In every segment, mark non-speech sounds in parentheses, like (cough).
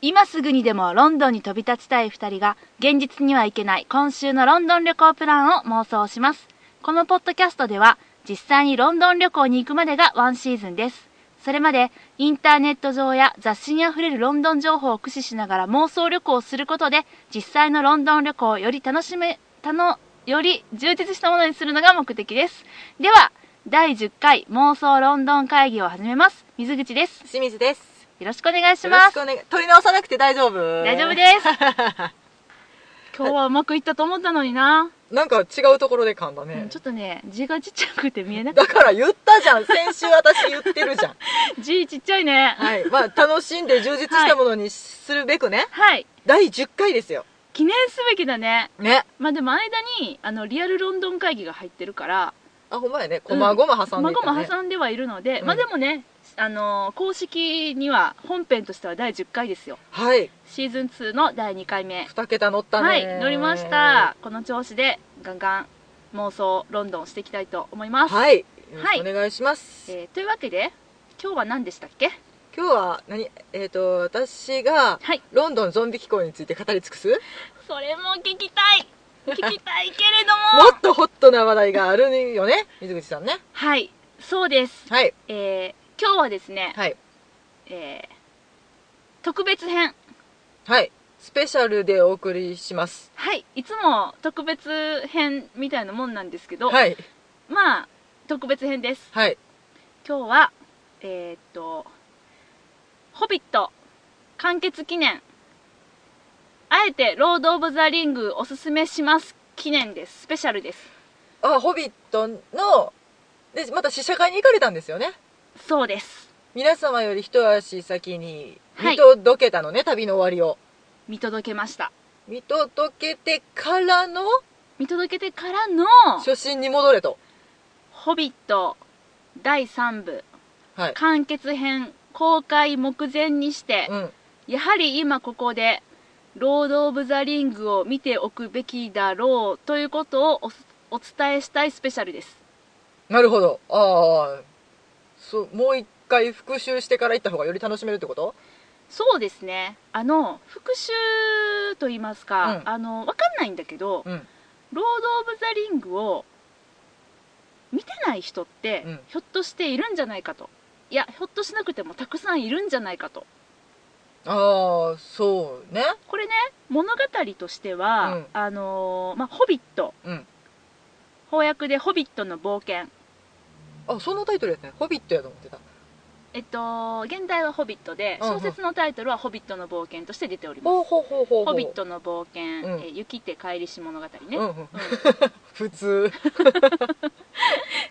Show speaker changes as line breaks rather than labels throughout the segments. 今すぐにでもロンドンに飛び立ちたい2人が現実には行けない今週のロンドン旅行プランを妄想しますこのポッドキャストでは実際にロンドン旅行に行くまでがワンシーズンですそれまでインターネット上や雑誌にあふれるロンドン情報を駆使しながら妄想旅行をすることで実際のロンドン旅行をより楽しめたのより充実したものにするのが目的ですでは第10回妄想ロンドン会議を始めます水口です
清水です。
よろしくお願いします
よろしくお願い。取り直さなくて大丈夫。。
大丈夫です (laughs) 今日はうまくいったと思ったのにな、
なんか違うところで噛んだ
う
ね
んちょ。っとね字がちっちゃくて見えなく
(laughs) だから言ったじゃん。先週私言ってるじゃ
(laughs)
ん。
て字ちっちゃいね
はい。まあ楽しんで充実したものにするべくね。
はい
第10回ですよ。
記念すべきだね
ね。
まあでも間にあのリアルロンドン会議が入ってるから
あ、ほんまやね。こまごま挟んでいった
ま
ね。
ごま挟んではいるので、
うん
まあでもねあの公式には本編としては第10回ですよ
はい。
シーズン2の第2回目
二桁乗ったね。
はい乗りました。この調子でガンガン妄想ロンドンしていきたいと思います、
はい。よろ
はい
しくお願いします。
えーというわけで今日は何でしたっけ
今日は何、えっ、と、私が、
はい
ロンドンゾンビ機構について語り尽くす
それも聞きたい聞きたいけれども
もっとホットな話題があるよね。水口さんね。
はいそうです、
はい。
えー今日はですね、
はい。
えー特別編
はい。スペシャルでお送りします。
はいいつも特別編みたいなもんなんですけど、
はい。
まあ特別編です
はい。
今日はえーっと「ホビット」完結記念あえて「ロード・オブ・ザ・リング」おすすめします記念ですスペシャルです
あ、ホビットの、で、また試写会に行かれたんですよね。
そうです
皆様より一足先に
はい
見届けたのね、旅の終わりを。
見届けました
見届けてからの
見届けてからの
初心に戻れと。
「ホビット」第3部
はい。
完結編公開目前にして
うん。
やはり今ここで「ロード・オブ・ザ・リング」を見ておくべきだろうということをおすお伝えしたいスペシャルです
なるほど。ああ。そう、もう一回復習してから行った方がより楽しめるってこと
そうですねあの復習と言いますか、
うん
あの分かんないんだけど
うん。
「ロード・オブ・ザ・リング」を見てない人って、
うん
ひょっとしているんじゃないかといやひょっとしなくてもたくさんいるんじゃないかと
ああ、そうね。
これね物語としては「
うん
あのーまあ、ホビット」
うん
翻訳で「ホビットの冒険」
あ、そんなタイトルやったね。ホビットやと思ってた。
えっと、現代は「ホビットで」
うんうん
小説のタイトルは「ホビットの冒険」として出ております
ほうほうほ
「
うほうほう。
ホビットの冒険」
うん
えー雪って帰りし物語」ね、
うんうん、 (laughs) 普通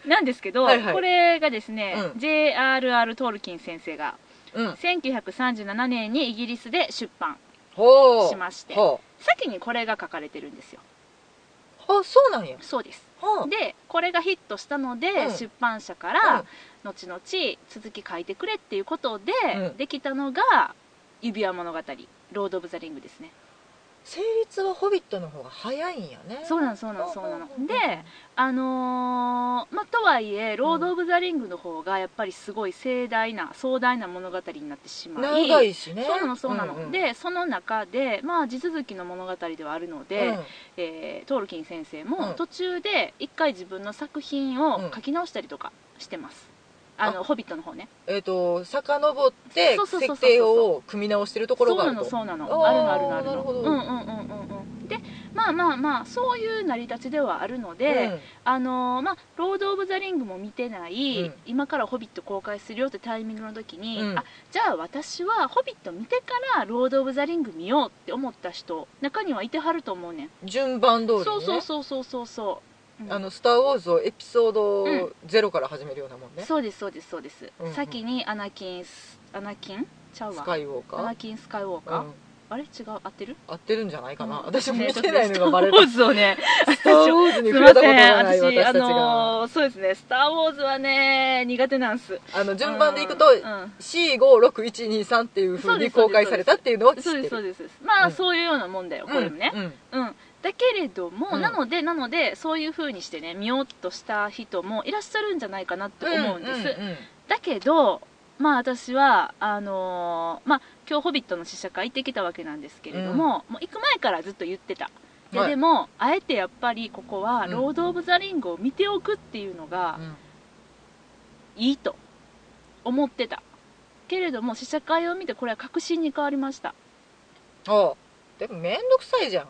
なんですけど、
はいはい
これがですね、
うん
J.R.R. トールキン先生が
うん
1937年にイギリスで出版
ほう
しまして
ほ
先にこれが書かれてるんですよ
うあそうなんや
そうです
ほう
でこれがヒットしたので、
うん
出版社か
う
ら
ん
後々続き書いてくれっていうことで、
うん
できたのが「指輪物語」「ロード・オブ・ザ・リング」ですね
成立はホビットの方が早いんやね
そうなのそうなのそうなのであのーまあとはいえ「ロード・オブ・ザ・リング」の方がやっぱりすごい盛大な壮大な物語になってしまい
長いしね
そうなのそうなの、
んん
でその中でまあ地続きの物語ではあるので、
うん
えートールキン先生
う
も
ん
途中で一回自分の作品を書き直したりとかしてます、あのホビットの方ね
えっ、と遡って
そうそうそうそう
設定を組み直してるところ
そう
があ
な
る
の
と
そうなの
あー
あるのあるのある
なる
の
ほど
うんうんうんうんうんでまあまあまあそういう成り立ちではあるので、あのーまあ、ロード・オブ・ザ・リングも見てない、
うん
今から「ホビット」公開するよってタイミングの時に、
うん
あじゃあ私は「ホビット」見てから「ロード・オブ・ザ・リング」見ようって思った人中にはいてはると思うねん
うん、順番通り、ね、
そうそうそうそうそうそう、うん
あのスター・ウォーズをエピソー
う
ド0から始めるようなもんね、
そうですそうですそうです、
うんうん
先にアナキンスアナキンちゃう
ス
わ
カイウォーカ
アナ
ー
キンスカイウォーカー、
うん
あれ違う合ってる
合ってるんじゃないかな、
うん
私も
ね
見
ちょってと
ないのがバレた
スター・ウォーズをね
スター・ウォーズ
す
に
い
触
ま
れたこと
せ
が
ん
ない
私
私
あ
たちが、
のーそうですね「スター・ウォーズ」はね苦手なんす
あの順番でいくと
うんうん
C56123 っていう風に公開されたっていうのを知って
そうです
る
そうですまあ、
うん
そういうようなもんだよこれもね
うんうん
うん、だけれども、
うん
なのでなのでそういう風にしてね見ようとした人もいらっしゃるんじゃないかなと思うんです、
うんうん
だけどまあ私はあのーまあ今日今日「ホビット」の試写会行ってきたわけなんですけれども、もう行く前からずっと言ってたで,、
はい
でもあえてやっぱりここは「
うん
ロード・オブ・ザ・リング」を見ておくっていうのが
うん
いいと思ってたけれども試写会を見てこれは確信に変わりました
ああでもめんどくさいじゃん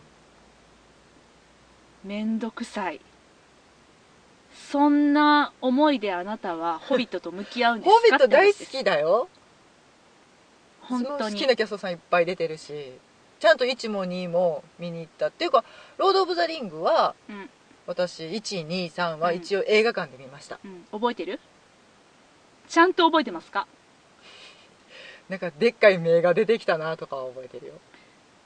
めんどくさいそんな思いであなたは「ホビット」と向き合うん
「
で
(laughs) ホ
す
ビ
か
ット」
って話
大
で
好
す
きだよ
本当
好
に
きなキャストさんいっぱい出てるしちゃんと1も2も見に行ったっていうか「ロード・オブ・ザ・リングは」
うん
私123は一応映画館で見ました、
うん、覚えてるちゃんと覚えてますか
なんかでっかい名が出てきたなとかは覚えてるよ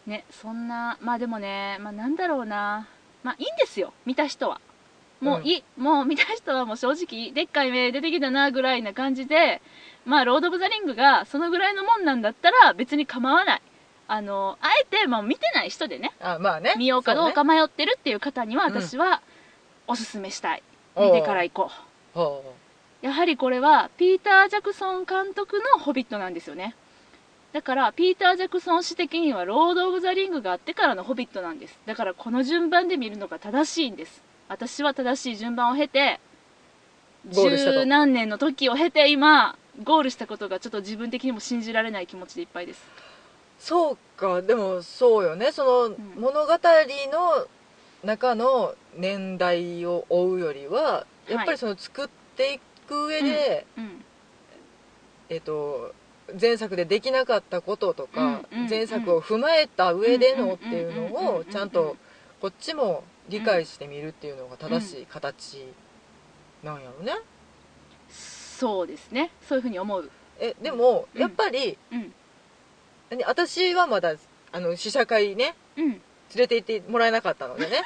ねそんなまあでもね、まあ、なんだろうなまあいいんですよ見た人はもういい、もう見た人はもう正直でっかい目出てきたなぐらいな感じでまあロード・オブ・ザ・リングがそのぐらいのもんなんだったら別に構わないあのあえて、まあ、見てない人でね
あまあね
見ようかどうか迷ってるっていう方には
そうね
私はおすすめしたい、
そうね
見てから行こう
おうおう
やはりこれはピーター・ジャクソン監督の「ホビット」なんですよねだからピーター・ジャクソン氏的には「ロード・オブ・ザ・リング」があってからの「ホビット」なんですだからこの順番で見るのが正しいんです私は正しい順番を経て
ゴールしたと
十何年の時を経て今ゴールしたことがちょっと自分的にも信じられない気持ちでいっぱいです
そうかでもそうよねその
ん
物語の中の年代を追うよりはやっぱりその作っていく上で、
うん
えっと前作でできなかったこととか、
うんうん
前作を踏まえた上でのっていう
うんうんうんうんうん
の
うん
をちゃんとこっちも理解してみるっていうのが正しい形なんやろね
そうですねそういうふうに思う
えでも
うん
やっぱり、
うん
何私はまだあの試写会ね
うん
連れて行ってもらえなかったの
(laughs)
でね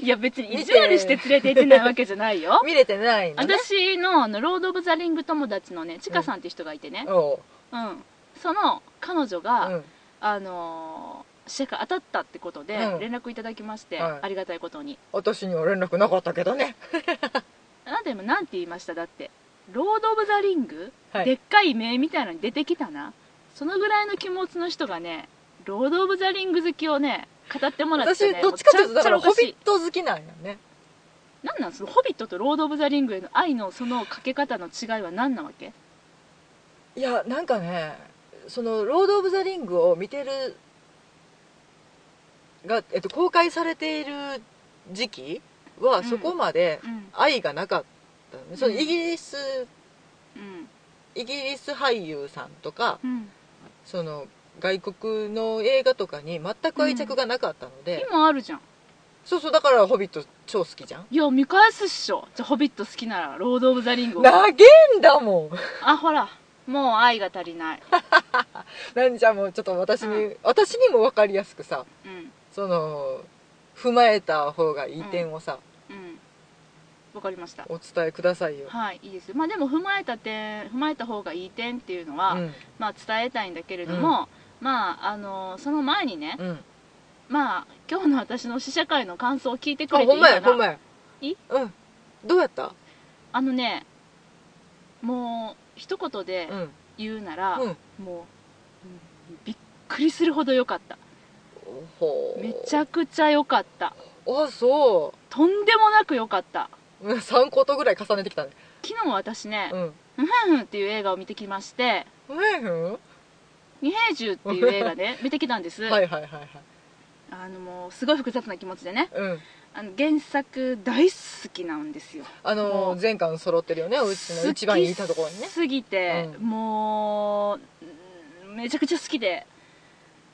いや別に
見て
意地悪して連れて行ってないわけじゃないよ
見れてないのね
私のあのロード・オブ・ザ・リング友達のねちかさんって人がいてね、
おう
うんその彼女が、
うん
あのー、試写会当たったってことで
うん
連絡いただきまして、
はい
ありがたいことに
私には連絡なかったけどね
なんでもなんて言いましただってロード・オブ・ザ・リング、
はい
でっかい名みたいのに出てきたなそのぐらいの気持ちの人がねロード・オブ・ザ・リング好きをね語ってもらって、
私
ね、
どっちかというとだから「
もうちゃ
ホ
んちゃんおかし
ビット」好きなんやね
いなんなんそのホビットとロード・オブ・ザ・リングへの愛のそのかけ方の違いは何なわけ
いやなんかねその「ロード・オブ・ザ・リング」を見てるが、えっと、公開されている時期
う
は
ん
そこまで
うん
愛がなかったのね、その
うん
イギリス
うん
イギリス俳優さんとか
うん
その外国の映画とかに全く愛着がなかったので、
今あるじゃん
そうそうだから「ホビット」超好きじゃん
いや見返すっしょじゃあ「ホビット」好きなら「ロード・オブ・ザ・リングを」
投げんだもん
あほらもう愛が足りない
何じゃあもうちょっと私に、私にも分かりやすくさ
うん
その踏まえた方がいい点をさ、
うんわかりました
お伝えくださいよ、
はいいいですよまあでも踏まえた点踏まえた方がいい点っていうのは、
うん
まあ伝えたいんだけれども、まああのその前にね、
うん、
まあ今日の私の試写会の感想を聞いてく
あ
れて
ほ
い
ん
い
ま
か
やほんま
な
や
いい
うんどうやった
あのねもう一言で
うん
言うなら、
うん
もう、うんびっくりするほど良かった
ほう
めちゃくちゃ良かった
あそ
とんでもなく良かった
ううん3ことぐらい重ねてきたね
昨日私ね
うん
「ふんふんふん」っていう映画を見てきまして
うんうん
「二平獣」っていう映画ね見てきたんです、
はいはいはいはい
あのもうすごい複雑な気持ちでね
うん
あの原作大好きなんですよも
あの
う
ー、前巻揃ってるよねうちの一番いいところに
好
ね
きすぎて、
う
もううんめちゃくちゃ好きで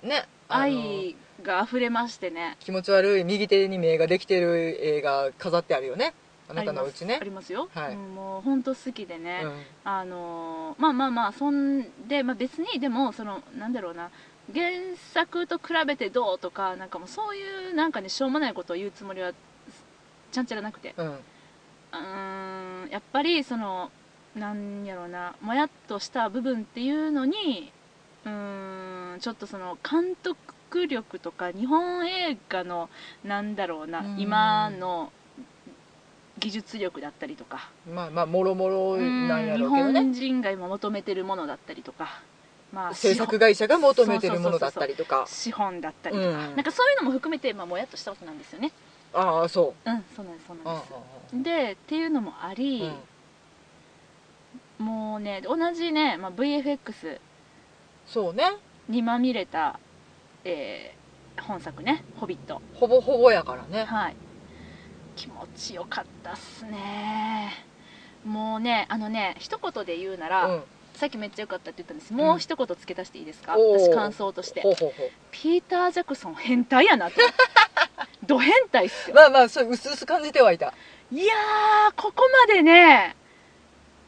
ねあのー
愛が溢れましてね
気持ち悪い右手に目ができてる映画飾ってあるよねあなたのうちね
ありますありますよ、
はい
うんもう本当好きでね、
うん
あのーまあまあまあそんで、まあ、別にでもそのなんだろうな原作と比べてどうとかなんかもうそういうなんかねしょうもないことを言うつもりはちゃんちゃらなくて
うん
うーんやっぱりそのなんやろうなもやっとした部分っていうのにうーんちょっとその監督力とか日本映画のなんだろうな
うん
今の技術力だったりとか
まあまあもろもろ
う
なんや
ん日
ろうけどね
本人が今求めてるものだったりとかまあ、
制作会社が求めてるものだったりとか
資本だったりとか、
うん
なんかそういうのも含めて、まあ、もやっとしたことなんですよね
ああそ
うんそうなんですそう
う、うん
なんです、でっていうのもあり、
うんうん
もうね同じね、まあ、VFX
そうね
にまみれた、えー本作ね「ホビット
ほぼほぼやから」ね
はい気持ちよかったっすねもうねあのね一言で言うなら、
うん
さっきめっちゃ良かったって言ったんですもう一言付け足していいですか、
おー
私感想として
ほうほうほ
ピーター・ジャクソン変態やなって (laughs) ド変態っす
う
よ
まあまあそう薄々感じてはいた
いやーここまでね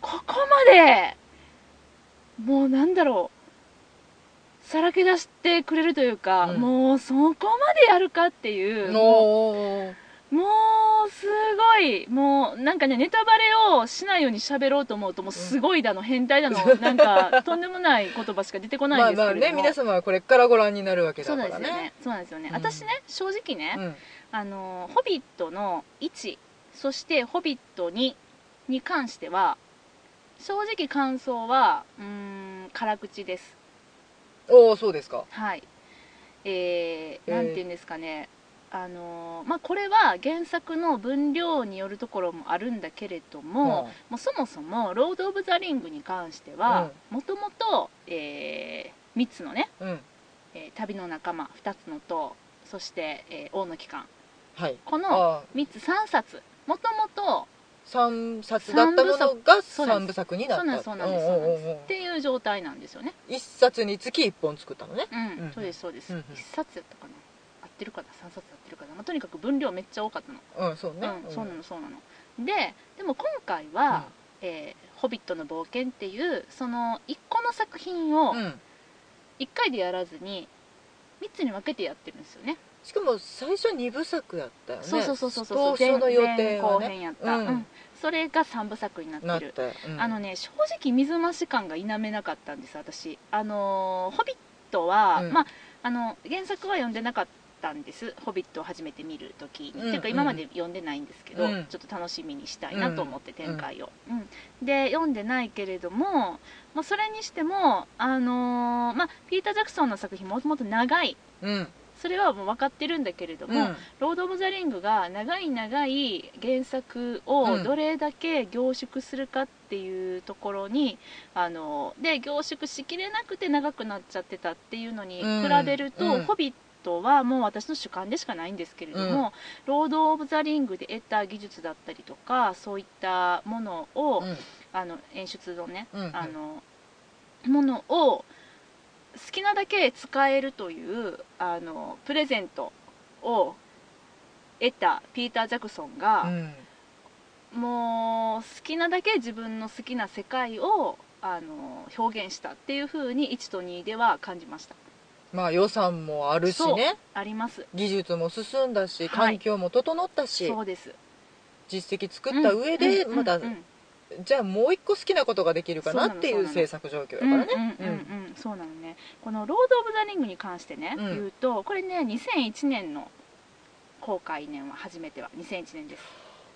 ここまでもうなんだろうさらけ出してくれるというか、
うん
もうそこまでやるかっていうも
おー
うもうすごいもうなんかねネタバレをしないように喋ろうと思うともうすごいだの変態だの、なんかとんでもない言葉しか出てこ
ま
な
あ
いです
ま
け
あ
れど
ね
も、
皆様はこれからご覧になるわけ
そ
だ
う
か
なんで
ら
すよね
ね
そうなんですよね、
うん
私ね正直ね、
うん
あの「ホビット」の1そして「ホビット2」に関しては正直感想はうーん辛口です
おおそうですか
はいえー、
えー
なんて言うんですかねあのまあこれは原作の分量によるところもあるんだけれども、もうそもそも「ロード・オブ・ザ・リング」に関してはもともと3つのね、
うんうん
えー旅の仲間2つの塔そして、えー王の機関
はい
この
ああ
3つ3冊もともと
3冊だったものが
三部作そうなんです
3部作になった
そうなんですそうなんですっていう状態なんですよね
1冊につき1本作ったのね
うん、
うん
そうですそうです、
うんうん
1冊やったかな合ってるかな3冊合ってるかな、まあ、とにかく分量めっちゃ多かったの、
うんそうね
うん、そうなのそうなのででも今回は「えーホビットの冒険」っていうその1個の作品を
うんうん
1回でやらずに3つに分けてやってるんですよね
しかも最初2部作やったよね
そうそうそうそうそう
当初の予
前
定
後
は
編
ね
やった、
うん
うんそれが3部作になって
なっ
る
たようん
あのね正直水増し感が否めなかったんです私あのーホビット」は、
うん
まあ、あの原作は読んでなかったんです「ホビット」を初めて見るときに、
うん
っていうか
うん
今まで読んでないんですけど、
うん
ちょっと楽しみにしたいなと思って展開を、うんで読んでないけれども、まあ、それにしても、あのーまあ、ピーター・ジャクソンの作品もともと長い
うん
それはもう分かってるんだけれども、
うん
ロード・オブ・ザ・リングが長い長い原作を
うん
どれだけ凝縮するかっていうところに、あので凝縮しきれなくて長くなっちゃってたっていうのに比
うん
べると「
うん
ホビット」はもう私の主観でしかないんですけれども、ロード・オブ・ザ・リングで得た技術だったりとかそういったものを、
うん
あの演出のね、
うんうん
あのものを好きなだけ使えるというあのプレゼントを得たピーター・ジャクソン
う
が、
ん
もう好きなだけ自分の好きな世界をあの表現したっていう風に1と2では感じました
まあ予算もあるしね
あります
技術も進んだし
はい
環境も整ったし
そうです
実績作った上で
うん
まだ
うんうん
じゃあもう一個好きなことができるかなってい
そうな
う
の
制作状況だ
う
か
んうんう
ら
ん
ね
うんそうなのねこの「ロード・オブ・ザ・リング」に関してね、
うん
言うとこれね2001年の公開年は初めては2001年です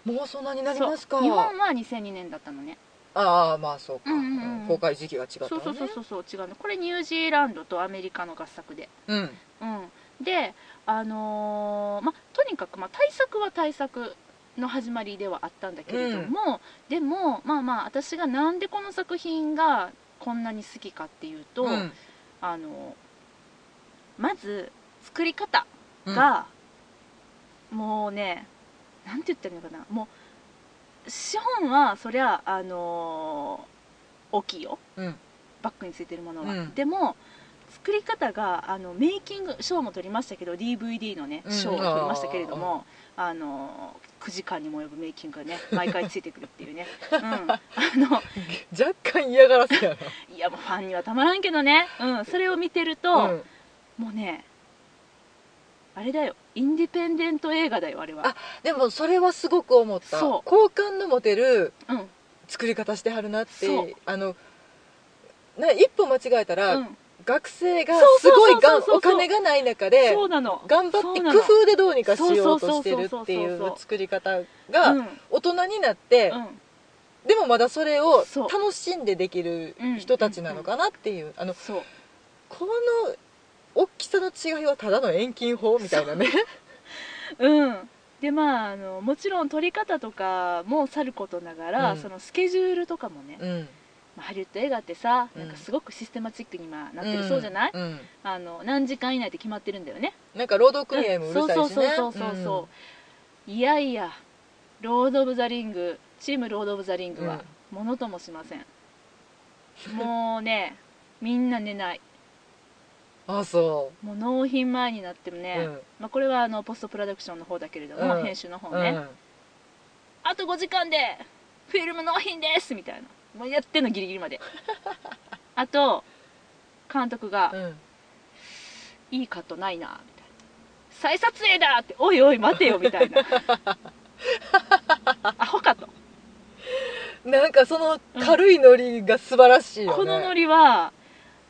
もうそんなになりますか
そう日本は2002年だったのね
ああまあそうか、
うんうんうん
公開時期が違った
そうそうそう
う
そうそう違うのこれニュージーランドとアメリカの合作で
うん
うんであのーまとにかくまあ対策は対策の始まりではあったんだけれども、でもまあまあ私がなんでこの作品がこんなに好きかっていうと、
うん
あのまず作り方が、もうねなんて言ったらいいのかなもう資本はそりゃあのー大きいよ
うん
バッグについてるものは、
うん
でも作り方があのメイキング賞も取りましたけど DVD のね
うん
賞を取りましたけれども、あのー9時間にも及ぶメイキングが
(laughs)
ね毎回ついてくるっていうね、うん、あの
(laughs) 若干嫌がらせや
いやもうファンにはたまらんけどね、うん、それを見てると、
な、うん
もうねあれだよインディペンデント映画だよあれは
あでもそれはすごく思った
そう
好感の持てる
うん
作り方してはるなっ
そう
てあのな一歩間違えたら、
うん
学生が
そう
す
そう
ご
そう
いがん
そうそうそう
お金がない中で
そうなの
頑張
そ
って
う
工
なの
夫でどうにかしようとしてる
そうそうそうそうそう
ってい
そう
う
そう
作り方
う
が
ん
大人になって
うん
でもまだそれを
そう
楽しんでできる人たちなのかなっていうあの
そう
この大きさの違いはただの遠近法みたいな
(laughs)
ね
うんでまああのもちろん撮り方とかもさることながら、
うん
そのスケジュールとかもね、
うん
まあ、ハリウッド映画ってさ
うん
なんかすごくシステマチックにまあなってるそうじゃない、
うんうん
あの何時間以内って決まってるんだよね
なんか労働組合もうるさいしね
うんそうそうそうそうそう、いやいやロード・オブ・ザ・リングチームロード・オブ・ザ・リングはものともしません、もうねみんな寝ない
うんあそ
もう納品前になっても
う、
ね、まあ、これはあのポストプロダクションの方だけれども、
うん
編集の方
うん
ね、あと5時間でフィルム納品ですみたいなもうやってんのギリギリま
(laughs)
であと監督が
う、ん
いいカットないなみたいな再撮影だっておいおい待てよみたい
(laughs)
なアホかと
なんかその軽いノリが素晴らしいよね、
このノリは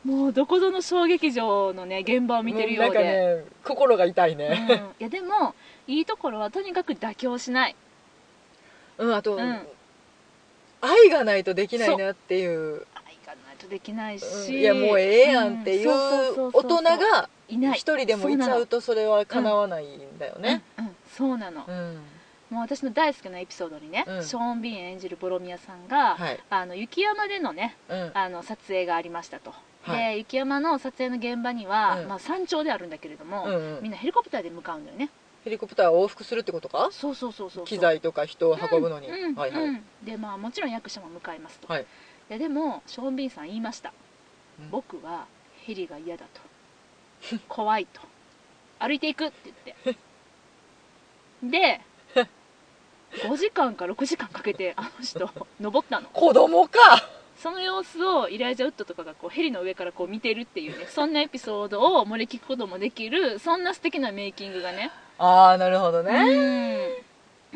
もうどこぞの小劇場のね現場を見てるようで、
なんかね心が痛いね、
うん、いやでもいいところはとにかく妥協しない
うんあと、
うん
愛がないとできないなっていう
愛がないとできないし、
うんいやもうええやんっていうん
そうそう
大
そう
人
そう
が
いない
一人でもいちゃうとそれは叶わないんだよね
うん、うんそうなの、
うん、
もう私の大好きなエピソードにね、
うん
ショーン・ビーン演じるボロミアさんが、
はい、
あの雪山でのね
うん、
あの撮影がありましたと、
は
で雪山の撮影の現場には、
うん
まあ、山頂であるんだけれども、
うんうん
みんなヘリコプターで向かうんだよね
ヘリコプターを往復するってことか
そうそうそうそう
機材とか人を運ぶのに、
うん
はいはい、
うんでまあもちろん役者も向かいますと、
はい
やでもショーン・ビーンさん言いました、
うん
僕はヘリが嫌だと (laughs) 怖いと歩いていくって (laughs) 言ってで5時間か6時間かけてあの人登ったの
子供か
その様子をイライジャ・ウッドとかがこうヘリの上からこう見てるっていうねそんなエピソードを漏れ聞くこともできるそんな素敵なメイキングがね
ああなるほどね、
う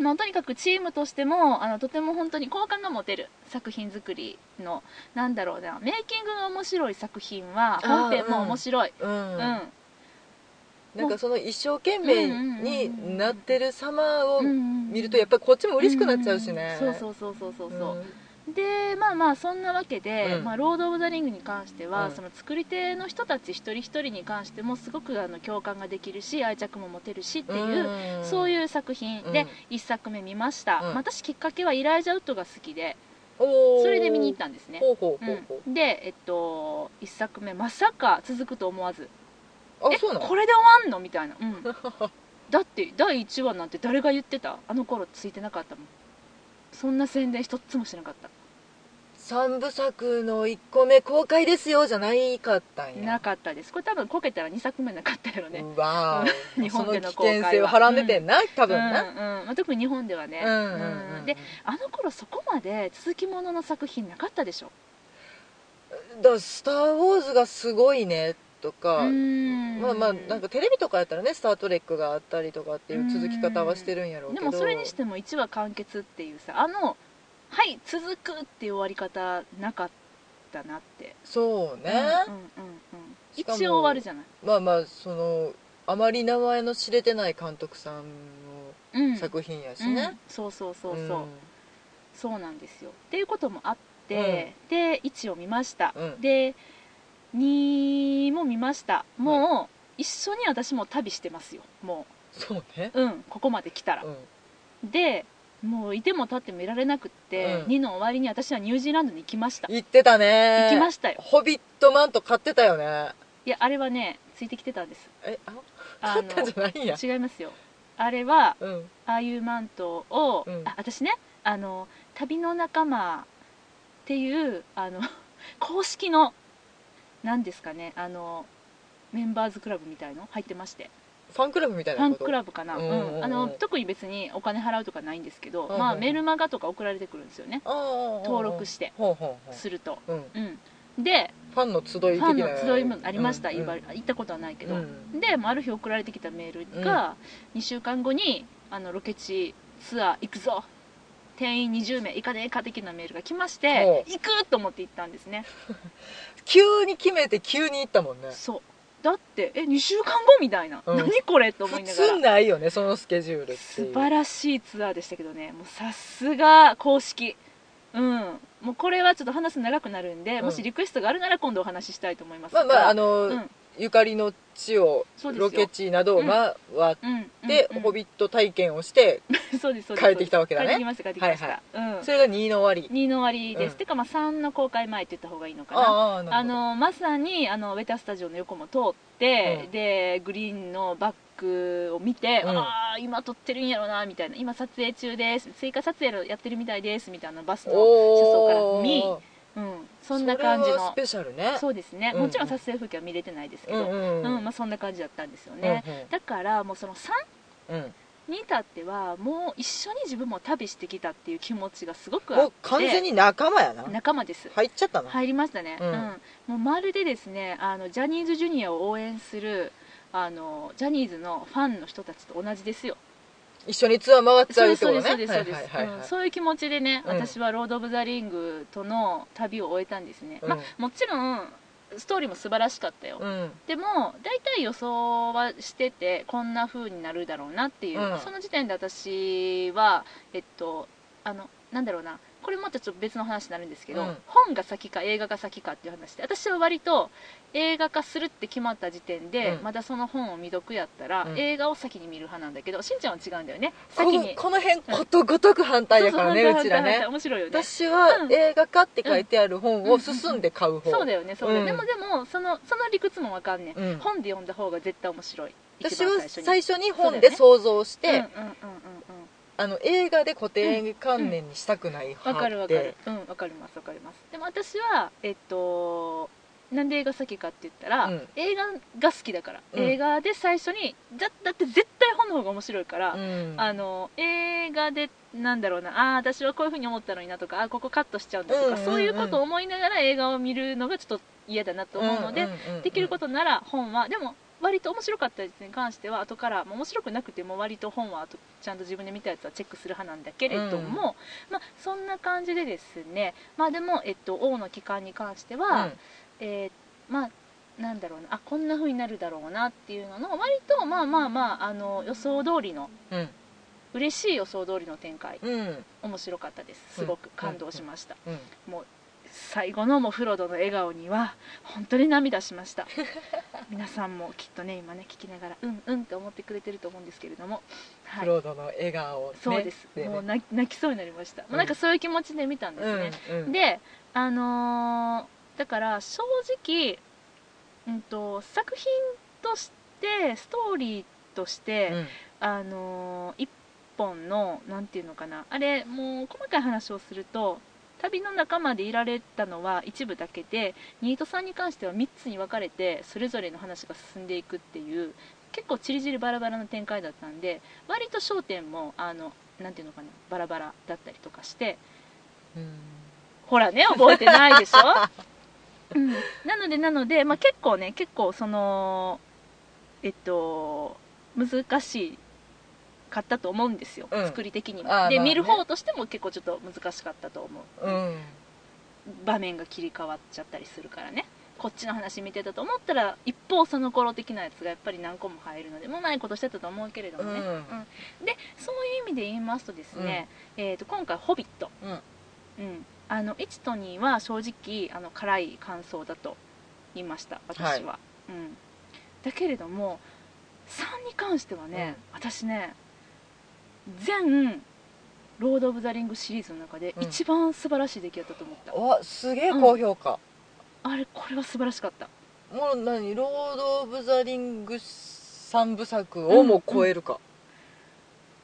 んまあ、とにかくチームとしてもあのとても本当に好感が持てる作品作りのなんだろうなメイキングが面白い作品は
あー
本編も面白い、
うん
うん
なんかその一生懸命になってる様を
うん
見るとやっぱりこっちも嬉しくなっちゃうしね、
うんうんそうそうそうそうそうそう、でまあまあそんなわけで、
うん
まあ、ロード・オブ・ザ・リングに関しては、
うん
その作り手の人たち一人一人に関してもすごくあの共感ができるし愛着も持てるしっていう、
う
そう
う
いう作品
うん
で1作目見ました、
うん
私きっかけはイライジャ・ウッドが好きで
おー
それで見に行ったんですね
ほうほうほうほう、
うんで、えっと、1作目まさか続くと思わず
あ
え
そうなの
これで終わんのみたいな、うん
(laughs)
だって第1話なんて誰が言ってたあの頃ついてなかったもんそんな宣伝一つもしなかった
三部作の1個目公開ですよじゃないかったんや
なかったですこれ多分こけたら2作目なかったやろね、
うわー
(laughs) 日本での
そ危険性をはらんでてんな、多分な、
うんうんまあ、特に日本ではね、
うんうんうんうん
であの頃そこまで続きものの作品なかったでしょ
だから「スター・ウォーズ」がすごいねとか、
うん
まあまあなんかテレビとかやったらね「スター・トレック」があったりとかっていう続き方はしてるんやろうけ
で
ど
もそれにしても1話完結っていうさあの「はい続く」っていう終わり方なかったなって
そうね、
うんうんうんうん
し
一
か
応
も
終わるじゃない、
まあまあそのあまり名前の知れてない監督さん
うん、
の作品やし
う
ね
ん、そうそうそうそう、
ん
そうなんですよっていうこともあって、で1を見ました、
うん
で2も見ましたもう一緒に私も旅してますよも
そうね
ううんここまで来たら
う、ん
でもういても立ってもいられなくって、
うん
2の終わりに私はニュージーランドに行きました行
行ってたね
きましたよ
ホビットマント買ってたよね
いやあれはねついてきてたんです
えあ
あ
買ったんじゃないんや
違いますよあれは
うん
ああいうマントを、
うん
あ私ねあの旅の仲間っていうあの (laughs) 公式の何ですかねあのメンバーズクラブみたいの入ってまして
ファンクラブみたい
ファ
な
ン
こと
クラブかな、
うんうんうん
うんあの特に別にお金払うとかないんですけど、
うんうん
まあ、メルマガとか送られてくるんですよね、登
登
録して
ほうほうほ
すると、
う、うん、
うん、で
ファンの集い的
フ
な
ァンの集いもありました、
うん
いわゆる行ったことはないけ
う
ど、
ん
でもうある日送られてきたメールが、2週間後にあのロケ地ツアー行くぞ定員20名いかねえか的なメールが来まして
お
行くと思って行ったんですね
急に決めて急に行ったもんね
そうだってえ2週間後みたいな、
うん
何これと思
普
いなが
通
ら
ないよねそのスケジュールっていう
素晴らしいツアーでしたけどねもうさすが公式ううん、もうこれはちょっと話すの長くなるんで、
うん
もしリクエストがあるなら今度お話ししたいと思います
ま
が
あまああの、
うん
ゆかりの地を
そうですよ
ロケ地などを回っ
うん
て、
うんうん
ホビット体験をして、
そうですそうです
帰ってきたわけだね
帰ってきました帰ってきました、
はい
うん
それが2の終わり
2の終わりです、
うん
てかまあ3の公開前って言った方がいいのかな
ああな
あ
るほど
のまさにあのウェタスタジオの横も通って、
うん
でグリーンのバックを見て、
うん
ああ今撮ってるんやろなみたいな今撮影中です追加撮影やってるみたいですみたいなバスの車窓
お
から
ー
見、うん、そんな感じ
それは
の
スペシャルね
そうですね、
うん
もちろん撮影風景は見れてないですけど、うん
ん
まあ、そんな感じだったんですよね、
うんうん
だからもうその3
うん
に至ってはもう一緒に自分も旅してきたっていう気持ちがすごくあって
もう完全に仲間やな
仲間です
入っちゃったな、
入りましたね、う
うんん
もうまるでですねあのジャニーズジュニアを応援するあのジャニーズのファンの人たちと同じですよ
一緒にツアー回っちゃうって
そ
こ
うで
と
すそうで
ね
すそうです
はいはいはい
うん
はい
そういう気持ちでね、
うん
私は「ロード・オブ・ザ・リング」との旅を終えたんですね、
うん
まあ、もちろんストーリーも素晴らしかったよ、
うん
でも大体予想はしててこんな風になるだろうなっていう、
うん
その時点で私はえっとあのなんだろうなこれまたちょっと別の話になるんですけど、
うん
本が先か映画が先かっていう話で私は割と映画化するって決まった時点で、
うん
まだその本を未読やったら、
うん
映画を先に見る派なんだけどしんちゃんは違うんだよね
こ
先
の
に
この辺ことごとく反対やからね
そうそう
うちら
反対反対反対
ね
面白いよね
私は
うん
映画化って書いてある本を進んで買う方
そうだよねそうだよね、
うん
でもでもそのその理屈もわかんね、ん
うん
本で読んだ方が絶対面白い
私は
一番
最初に
そう
本
だよ
で
ね
想像し
うんうんうん
て
うんうん
あの映画で固定観念にしたくない派
わ
って
かるわかるうんわかりますわかりますでも私はえっとなんで映画先かって言ったら、
うん
映画が好きだから、
うん
映画で最初にだだって絶対本の方が面白いから、
うん
あの映画でなんだろうなあー私はこういうふうに思ったのになとかあーここカットしちゃうんだとか、
うんうんうん
そういうことを思いながら映画を見るのがちょっと嫌だなと思うので、
んんんん
できることなら本はでも割と面白かったやつに関しては後から、まあ面白くなくても割と本は後ちゃんと自分で見たやつはチェックする派なんだけれども、
うん
まあ、そんな感じでですね、まあ、でも、えっと、王の期間に関して
うん
は、えーまあなんだろうなあこんな風になるだろうなっていうのの割とまあまあまああの予想通りの
うん
嬉しい予想通りの展開
うん
面白かったですすごく感動しました、
うん
最後のもうフロドの笑顔には本当に涙しました (laughs) 皆さんもきっとね今ね聞きながらうんうんって思ってくれてると思うんですけれども、は
ク
い、
ロードの笑顔ね
そうです、もう泣き泣きそうになりました、もうなんかそういう気持ちで見たんですね、
うんうん
であのーだから正直、うん、と作品としてストーリーとして、
うん
あのー一本のなんていうのかなあれもう細かい話をすると旅の仲間でいられたのは一部だけでニートさんに関しては3つに分かれてそれぞれの話が進んでいくっていう結構ちりぢりバラバラの展開だったんで割と焦点もあのなんていうのかなバラバラだったりとかして
うん
ほらね覚えてないで
(laughs)
しょ、うん、なのでなので、まあ、結構ね結構そのえっと難しかったと思うんですよ、
うん
作り的に
あ
は
ー
で、
まあね
見る方としても結構ちょっと難しかったと思う、
うん
場面が切り替わっちゃったりするからねこっちの話見てたと思ったら一方その頃的なやつがやっぱり何個も入るのでもうないことしてたと思うけれどもね、
うん
でそういう意味で言いますとですね、えー、と今回「ホビット」
うん
うんあの1と2は正直あの辛い感想だと言いました私は、うん、だけれども3に関してはね、私ね全「ロード・オブ・ザ・リング」シリーズの中で
うん
一番素晴らしい出来やったと思った、
わすげえ高評価
あれこれは素晴らしかった
もう何ロード・オブ・ザ・リング三部作をもう超えるか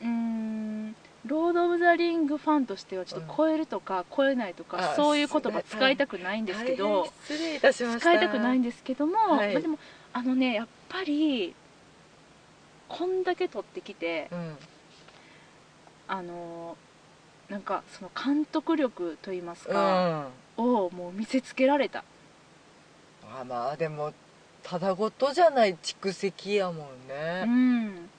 うーんロード・オブ・ザ・リングファンとしてはちょっと超えるとか超えないとか、
あ
そういう言葉使いたくないんですけど
大変失礼いたしました
使いたくないん
ん
ですけども、
はい
まあ、でもあのねやっぱりこんだけ取ってきて
うん
あのなんかその監督力といいます
うん
か、
あ
をもう見せつけられた
まあでもただごとじゃない蓄積やもん
う
ね
ん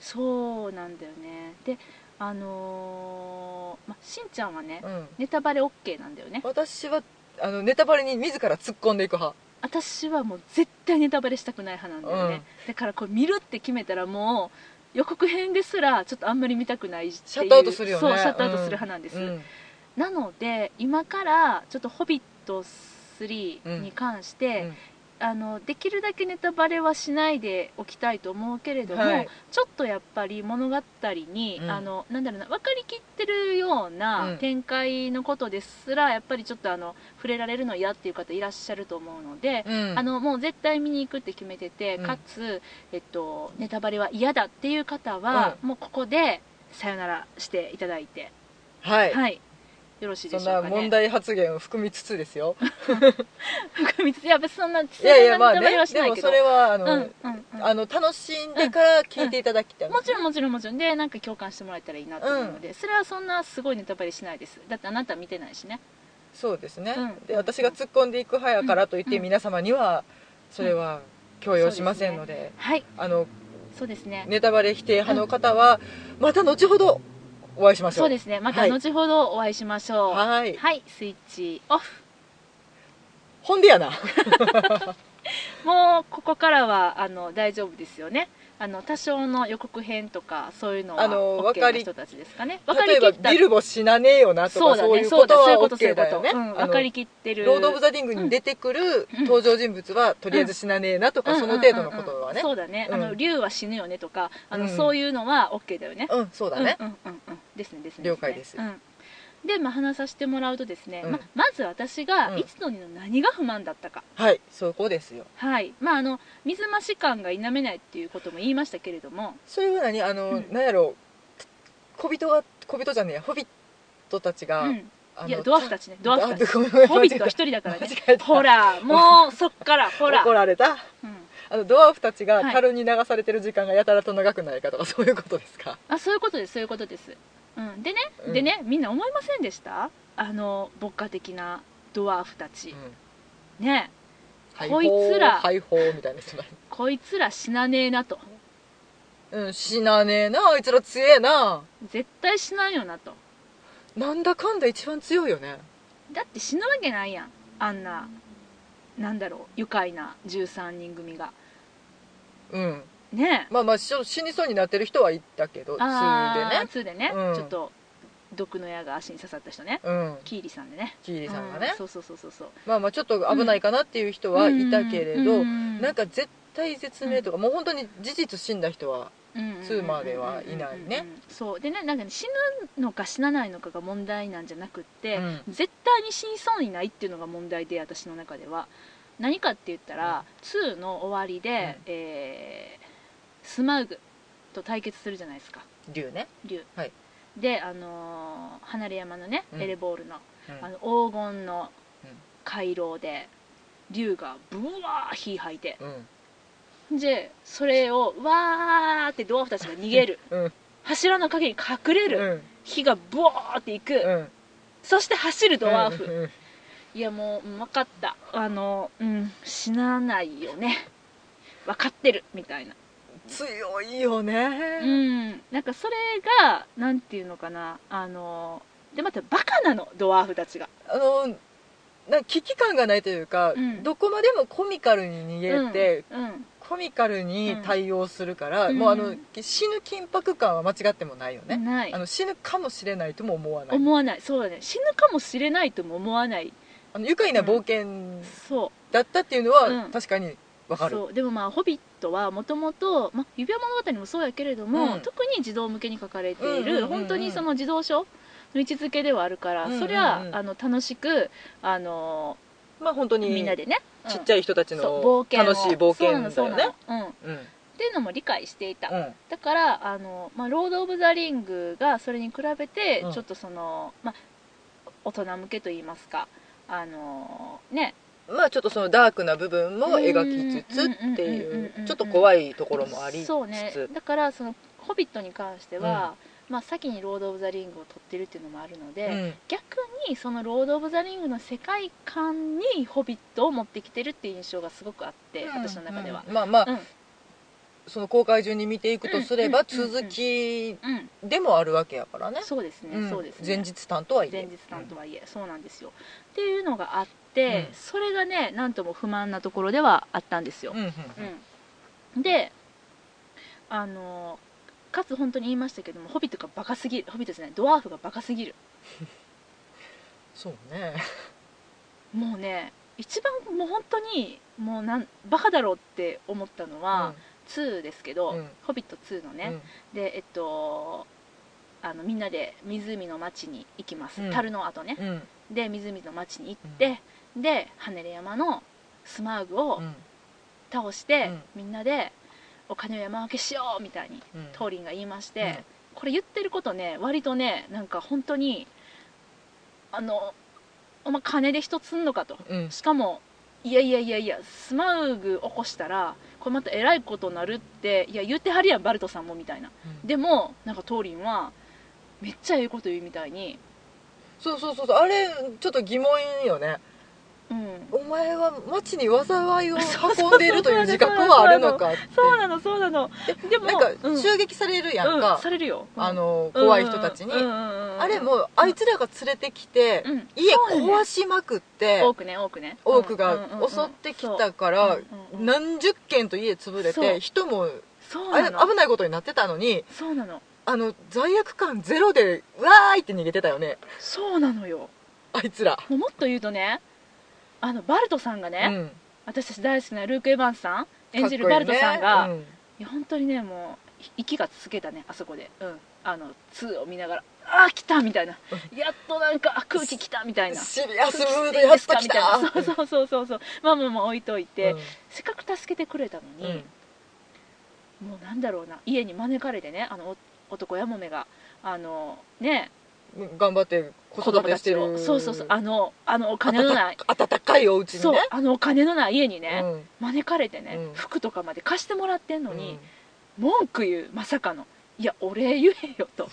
そうなんだよねであのーまあ、しんちゃんはね
うん
ネタバレ OK なんだよね
私はあのネタバレに自ら突っ込んでいく派
私はもう絶対ネタバレしたくない派なんだよね、だからこれ見るって決めたらもう予告編ですらちょっとあんまり見たくないっていう
シャットアウトするよね
そうシャットアウトする派なんです、
うん
なので今からちょっと「ホビット3」に関して、
うん
あのできるだけネタバレはしないでおきたいと思うけれども、
はい
ちょっとやっぱり物語に、
うん
あのなんだろうな分かりきってるよう
う
なん展開のことですら、やっぱりちょっとあの触れられるの嫌っていう方いらっしゃると思うので、
うん
あのもう絶対見に行くって決めてて、
うん
かつ、えっと、ネタバレは嫌だっていう方は、もうここでさよならしていただいて、
は、
はいいよろしい
そ
で
ん
しょ
な
うかね。(laughs)
問題発言を含みつつですよ
含みつつやっぱ (laughs) そんな、
いやいやまあ
ネタバレ
ね
はし
で
ない
も
けど
それはあの、
うんうんうん
あの楽しんでから聞いていただきたい、
もちろんもちろんもちろんでなんか共感してもらえたらいいなと思うので、それはそんなすごいネタバレしないですだってあなた見てないしね
そうですね、
うん
で私が突っ込んでいく派やからといって、
うん
皆様にはそれは強要しませんので,、
はい
あの
そうですね
ネタバレ否定派の方は、また後ほどお会いしましょう
そうですねまた後ほどお会いしましょうい
はい
スイッチオフ
ほんでやな
もうここからはあの大丈夫ですよねあの多少の予告編とかそういうのは
あの
OK な人たちですかね分か
例
り
え
き
ば
った
ビルボ死なねえよなと
そう
か
だ
そう,、
ね
いう
そ
こ
う
と
だそういう
は
ことそういう
OK
こと
だよね
うん、
あ
分
の
かりきってる
ロード・オブ・ザ・リングに出てくる登場人物は、とりあえず死なねえなとか、その程度のことは
う
ね
んうんうんうんそうだね、あ
う
の
ん
竜は死ぬよねとかあの、
うん
そういうのは OK だよね
うん、そうだね、
うんうんうんうんですねですね
了解です
ねうん、で、まあ、話させてもらうとですね、
うん
ままず私が
うん
いつのにの何が不満だったか、
はいそこですよ
はいまああの水増し感が否めないっていうことも言いましたけれども
それは何あの、
うん
なんやろう小人が小人じゃねえやホビットたちが、
うん、
あの
いやドワーフたちねドワーフたち
あごめんごめん
ホビットは一人だから
(laughs) 間
ね
違えた
ほらもうそっからほら、
怒られた
うん、
あのドワーフたちが
はい
樽に流されてる時間がやたらと長くないかと (laughs) かそういうことですか
あそういうことですそういうことです、うん、でね、
うん
でねみんな思いませんでしたあの牧歌的なドワーフたち、ねこいつら
解放みたいな人だ
こいつら死なねえなと
うん死なねえなあいつら強えな
絶対死なんよなと
なんだかんだ一番強いよね
だって死ぬわけないやんあんななんだろう愉快な13人組が
うん
ねえ
まあまあしょ死にそうになってる人はいたけど
あー
数
通でね、
うん
ちょっと毒の矢が足に刺さった人ね
でねうん
キーリさんでね
キーリさんがね
うそうそうそうそうそう
まあまあちょっと危ないかなっていう人はいたけれど、なん
か
か絶対絶命とか、もう本当に事実死んだ人は通まではいないね
そうでねなんかね死ぬのか死なないのかが問題なんじゃなくって、
うん
絶対に死にそうにないっていうのが問題で私の中では何かって言ったら、2の終わりで、えースマウグと対決するじゃないですか
竜ね、
竜、
はい
であのー離れ山のね、
うん
エレボールの,、
うん
あの黄金の
うん
回廊で竜がブワー火吐いて
うん
でそれをわーってドワーフたちが逃げる
うん
柱の陰に隠れ
う
る、
ん
火がブワーっていく、
うん
そして走るドワーフ、
うん
いやもう分かったあのうん死なないよね分かってるみたいな
強いよね、
うんなんかそれがなんていうのかなあのでまたバカなのドワーフたちが
あのなんか危機感がないというか、
うん
どこまでもコミカルに逃げて、
うんうん
コミカルに対応するから、
うん
もうあ
う
の
ん
死ぬ緊迫感は間違ってもないよね、
ない
あの死ぬかもしれないとも思わない
思わないそうだね死ぬかもしれないとも思わない
あの愉快な冒険
そう
だったっていうのは、
うん
確かにわかる
そうでもまあ「ホビット」はもともと「指輪物語」もそうやけれども、
うん
特に児童向けに書かれてい
うんうんうん
る、
うん
本当にその児童書の位置づけではあるから、
うんうんうん
そりゃあの楽しく、あの
まあ本当に
みんなでね、うん
ちっちゃい人たち
そう
の
を
楽しい冒険だ
そう
よ
なの
ね
そうなのうん、っ
うん
ていうのも理解していた、
うん
だからあの、まあ「ロード・オブ・ザ・リング」がそれに比べて、
うん
ちょっとその、まあ、大人向けといいますかあのね
まあちょっとそのダークな部分も描きつつって
うんうんうん
い
うんうんう
うんちょっと怖いところもありつつ
そうねだからその「ホビット」に関しては、まあ、先に「ロード・オブ・ザ・リング」を撮ってるっていうのもあるので、
うん
逆にその「ロード・オブ・ザ・リング」の世界観に「ホビット」を持ってきてるっていう印象がすごくあって、私の中では
う、んまあまあ、
うん
その公開順に見ていくとすれば
うんうんうんうん
続き
うん
でもあるわけやからね
そうですね、
うん
そうですね
前日担とはいえ
前日担とはいえ、そうなんですよっていうのがあって、
うん
それがねなんとも不満なところではあったんですよ
う、んうんうん
うんであのかつ本当に言いましたけどもホビットがバカすぎるホビットじゃないドワーフがバカすぎる
そうね
もうね一番もう本当にもうなんバカだろうって思ったのは、2ですけど「
うん
ホビット2」の
うん
ね、でえっとあのみんなで湖の町に行きます、
うん
樽の後ね
う、んうん
で湖の町に行って、で跳ねる山のスマーグを
うん
倒して、
うん
みんなでお金を山分けしようみたいに
うん
トーリンが言いまして、これ言ってることね割とねなんか本当にあのお前金で一つすんのかと
うん
しかもいやいやいやいやスマウグ起こしたらこれまたえらいことなるっていや言ってはるやんバルトさんもみたいな
うん
でもなんかトーリンはめっちゃええこと言うみたいに
そうそうそうそうあれちょっと疑問よね
うん
お前は町に災いを運んでいるという自覚はあるのかって
そうなのそうなのでも
なんか
うん
襲撃されるやん
う
か
ん、されるよ、うん
あの怖い人たちに、
うんうんうんうん
あれもあいつらが連れてきて、
うん
家
そうね
壊しまくって、
多くね多くね
多くが襲ってきたか
う
ら
んうんうんうん
何十軒と家潰れ
そう
て人も
そう
あ
な
れ
の
危ないことになってたのに
そうなの
あの罪悪感ゼロでうわーいって逃げてたよね
そうなのよ
あいつら、
もうもっと言うとねあのバルトさんがね、
うん
私たち大好きなルーク・エヴァンスさん演じる
か
バ
っこい
ル
いね
トさんが
うん
いや本当にねもうい息が続けたねあそこで、うん、あの2を見ながら「ああ来た!」みたいなやっとなんかあ空気来たみたいな
シリアスム
い
ード
い
やっ
です
と
か
き
みたいな
た
そうそうそうそうそうまあまあまあ置いといて、
うん
せっかく助けてくれたの
うん
に、もうなんだろうな家に招かれてねあのお男やもめがあのね
頑張って子育てして
子供た
る
ちをそうそうそうあのあのお金のない
暖かいお家に
そう
ね
あのお金のない家にね、
うん
招かれてね、
うん
服とかまで貸してもらってんの
う
に
ん、
文句言うまさかのいやお礼言えよと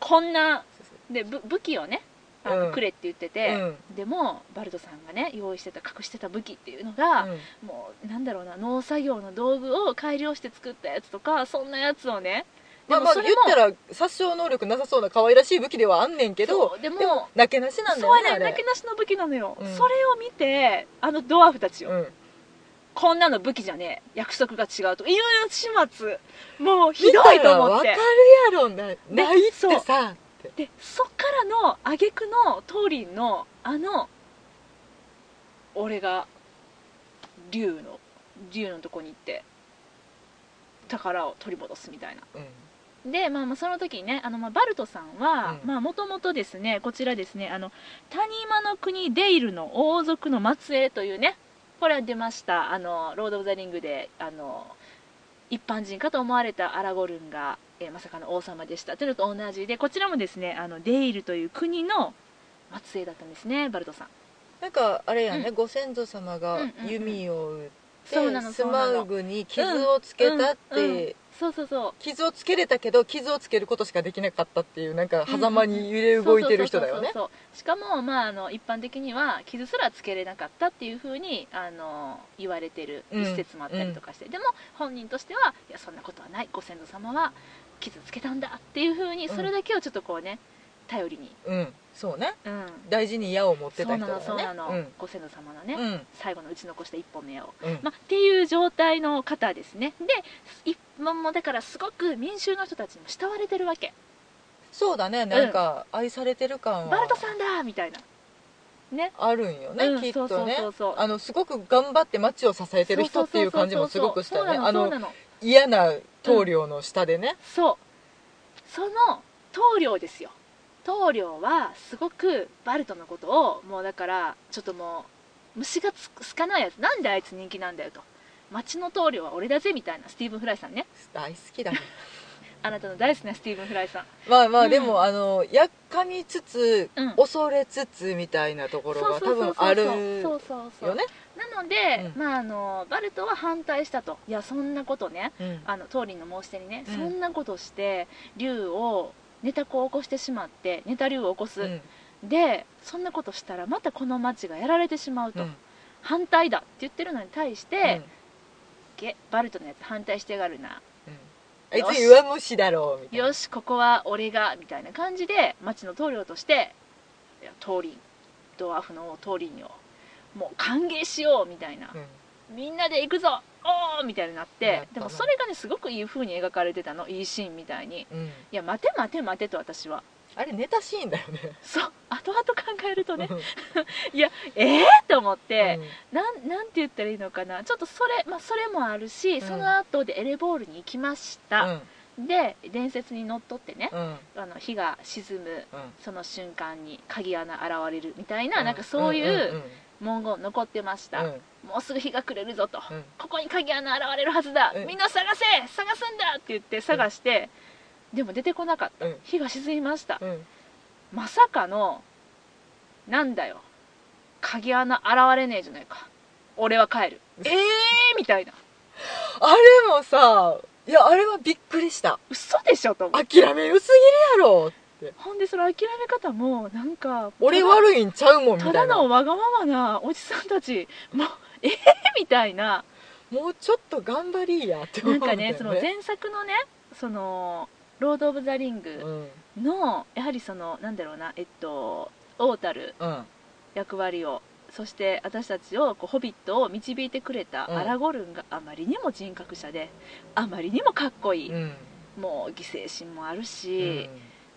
こんなでぶ武器をねあの、
うん
くれって言ってて、でもバルトさんがね用意してた隠してた武器っていうのが、
うん
もうなんだろうな農作業の道具を改良して作ったやつとかそんなやつをね
まあまあ
そ
言ったら殺傷能力なさそうな可愛らしい武器ではあんねんけど
そうでも
なけなしなんだ
そう
よね
や
あ
ねな
れ
けなしの武器なのよ、
うん
それを見てあのドワーフたちよ、
うん
こんなの武器じゃねえ約束が違うという始末もうひどいと思っ
見たらわかる
て
やろなないってさって
でそっからの挙句のトーリンのあの俺が竜の竜のとこに行って宝を取り戻すみたいな
うん
で、まあ、まあその時にねあの、まあ、バルトさんは
うん
まあもともとですねこちらですねあの谷間の国デイルの王族の末裔というねこれは出ましたあのロード・オブ・ザ・リングであの一般人かと思われたアラゴルンが、えーまさかの王様でしたというのと同じでこちらもですねあのデイルという国の末裔だったんですねバルトさん
なんかあれやね、
う
ご先祖様が
うんうんうん
弓を打って、
そうなの
ス
そうな
マウ
の
グに傷をつけたって、
うんうんそうそうそう
傷をつけれたけど傷をつけることしかできなかったっていうなんか狭間に揺れ動いてる人だよね
そうそうそうそうしかも、まあ、あの一般的には傷すらつけれなかったっていうふうにあの言われてる
うん
一説もあったりとかして、でも本人としてはいやそんなことはないご先祖様は傷つけたんだっていうふうに
うん
それだけをちょっとこうね頼りに、
うんそうね
うん
大事に矢を持って
そ
た
う
人
な
だ
の
よね
そうなの、
うん
ご先祖様のね、
うん
最後の打ち残した一本目を、
うん
まあ、っていう状態の方ですねで一般もだからすごく民衆の人たちにも慕われてるわけ
そうだねなんか愛されてる感
バル
は
トさんだみたいなね
あるんよね、
うん
きっとね
そうそうそうそう
あのすごく頑張って街を支えてる人っていう感じもすごくしたよね
そうな
あ
のそうな
の
の
嫌な棟梁の下でね、
そうその棟梁ですよ棟梁はすごくバルトのことをもうだからちょっともう虫がつつかないやつなんであいつ人気なんだよと町の棟梁は俺だぜみたいなスティーブン・フライさんね
大好きだね
あなたの大好きなスティーブン・フライさん
まあま
う
あ
ん
でも、あのやっかみつつ、
うん
恐れつつみたいなところが多分ある
そうそうそう
よね
なので、
うん
まああのバルトは反対したといやそんなことね
うん
あのトーリンの申し出にね、
うん
そんなことして竜をネタ子を起こしてしまってネタ竜を起こす、
うん
でそんなことしたらまたこの町がやられてしまうと、
うん
反対だって言ってるのに対して、げバルトのやつ反対してやがるな
うんあいつ弱虫だろうみたいな
よしここは俺がみたいな感じで町の棟梁としていやトーリンドワーフの王トーリンをもう歓迎しようみたいな、
うん
みんなで行くぞおーみたいになって
なったな
でもそれがねすごくいい風に描かれてたのいいシーンみたいに
うん
いや待て待て待てと私は
あれ寝たシーンだよね
そう後々考えるとね
うん
いやええー、と思って、なんなんて言ったらいいのかなちょっとそれ,、まあ、それもあるし、
うん
その後でエレボールに行きまし
う
た、
ん
で伝説にのっとってね、
うん
あの日が沈む
うん
その瞬間に鍵穴現れるみたいな、
うん
なんかそうい
ん
う文言残ってました、
うんうん
もうすぐ日が暮れるぞと、
うん
ここに鍵穴現れるはずだ、
うん
みんな探せ探すんだって言って探して、でも出てこなかった、
うん
日が沈みました、
うん
まさかのなんだよ鍵穴現れねえじゃないか俺は帰るええー、みたいな
あれもさいやあれはびっくりした
嘘でしょと思って
諦め薄ぎるやろ
ほんでその諦め方もなんか
俺悪いんちゃうもんみ
た
た
だ
いな
のわがままなおじさんたちもうええー、みたいな
もうちょっと頑張りやって思
な
うん
ん
だよ
か
ね
ねその前作のねその「ロード・オブ・ザ・リング
うん
の」やはりそのなんだろうなえっと王たる
うん
役割をそして私たちをこうホビットを導いてくれ
うん
たアラゴルンがあまりにも人格者であまりにもかっこいい、
うん
もう犠牲心もある
う
し、
ん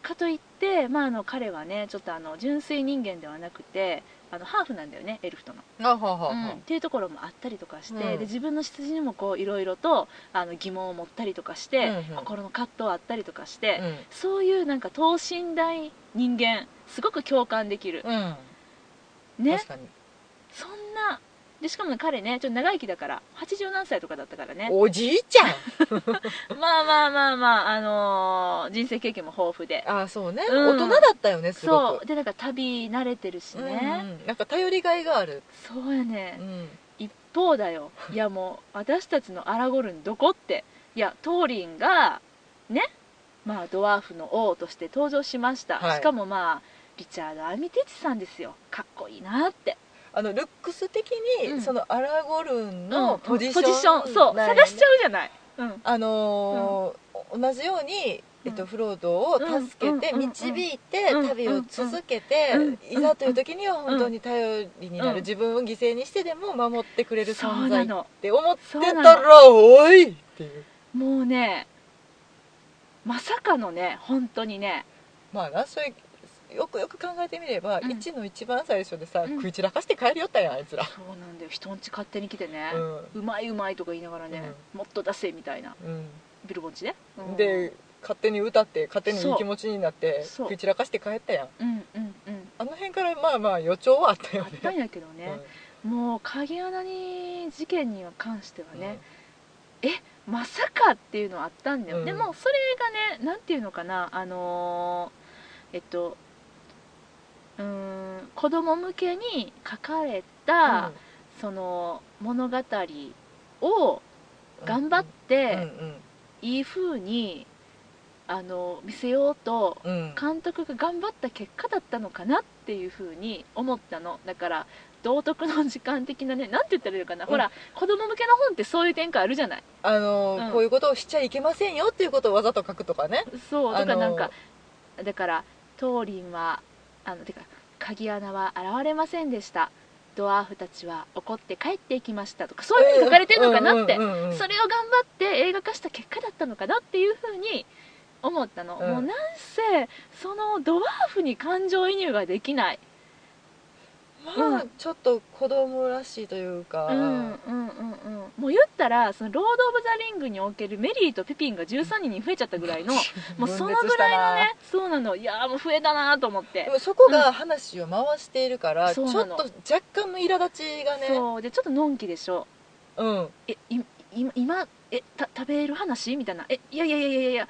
かといって、まあ、あの彼はねちょっとあの純粋人間ではなくてあのハーフなんだよねエルフとの、
あははは
うんっていうところもあったりとかして、
うん
で自分の羊にもこういろいろとあの疑問を持ったりとかして、
うんうん
心の葛藤あったりとかして、
うん
そういうなんか等身大人間すごく共感できる、
うん
ね
確かに
そんなでしかもね彼ねちょっと長生きだから80何歳とかだったからね
おじいちゃん
まあまあまあまああのー人生経験も豊富で
あーそうね、
うん
大人だったよねすご
そ
く
うでなんか旅慣れてるし
うん
ね、
うんなんか頼りがいがある、
そうや
う
ね、
ん、
一方だよいやもう私たちのアラゴルンどこっていやトーリンがねまあドワーフの王として登場しました、
はい
しかもまあリチャード・アミティチさんですよかっこいいなって
あのルックス的に、
うん
そのアラゴルン
う
の
ん
ポジション,、
そう探しち
う
ゃうじゃない、うん、
あのー同じように、えっ
う
と、
ん
フロードを助
う
けて、
んうんうんうん
導いて、
うん
旅を続けて、
うん
いざという時には
ん
本当に頼りになる、
うん
自分を犠牲にしてでも守ってくれる
そう
存
な
在っ
の
て思って
そう
た
な
ら「おい!」っていう
もうねまさかのね本当にね
まあなそういうよくよく考えてみれば、
うん
一の一番最初でさ、
うん
食い散らかして帰りよったやんあいつら。
そうなんだよ人んち勝手に来てね
う、ん
うまいうまいとか言いながらね、もっと出せみたいな
うん
ビルボンチで、うん、
で勝手に歌って勝手にいい気持ちになって
そう
食い散らかして帰ったやん
うんうんうん
あの辺からまあまあ予兆はあった
あ
よ
ったん
ね
やけどね、もう鍵穴に事件には関しては
うん
ね、まさかっていうのはあったんだよ、
うん
でもそれがねなんていうのかなあのーえっとうーん子供向けに書かれた、その物語を
うん
頑張って、
うん
いい風にあの見せようと
うんうん
監督が頑張った結果だったのかなっていう風に思ったのだから道徳の時間的なねなんて言ったらいいのかな、
うん
ほら子供向けの本ってそういう展開あるじゃない
あのー
うん
こういうことをしちゃいけませんよっていうことをわざと書くとかね
そうと
あ
か
のー
なんか、だからトーリンはあのてか鍵穴は現れませんでしたドワーフたちは怒って帰っていきましたとかそういう風に書かれてるのかなって
うんうんうんうん
それを頑張って映画化した結果だったのかなっていうふうに思ったの、
うん
もうなんせそのドワーフに感情移入ができない、
まあちょっと子供らしいというか
うん、うんうんうんもう言ったらそのロード・オブ・ザ・リングにおけるメリーとピピンが13人に増えちゃったぐらいのもうそのぐらいのねそうなのいやーもう増えたなーと思って
でもそこが話を回しているから、
うん
ちょ
そう
っ
な
と
の
若干の苛立ちがね
そうでちょっとのんきでしょ
うん
えい今今えた食べる話みたいなえいやいやいやいやいや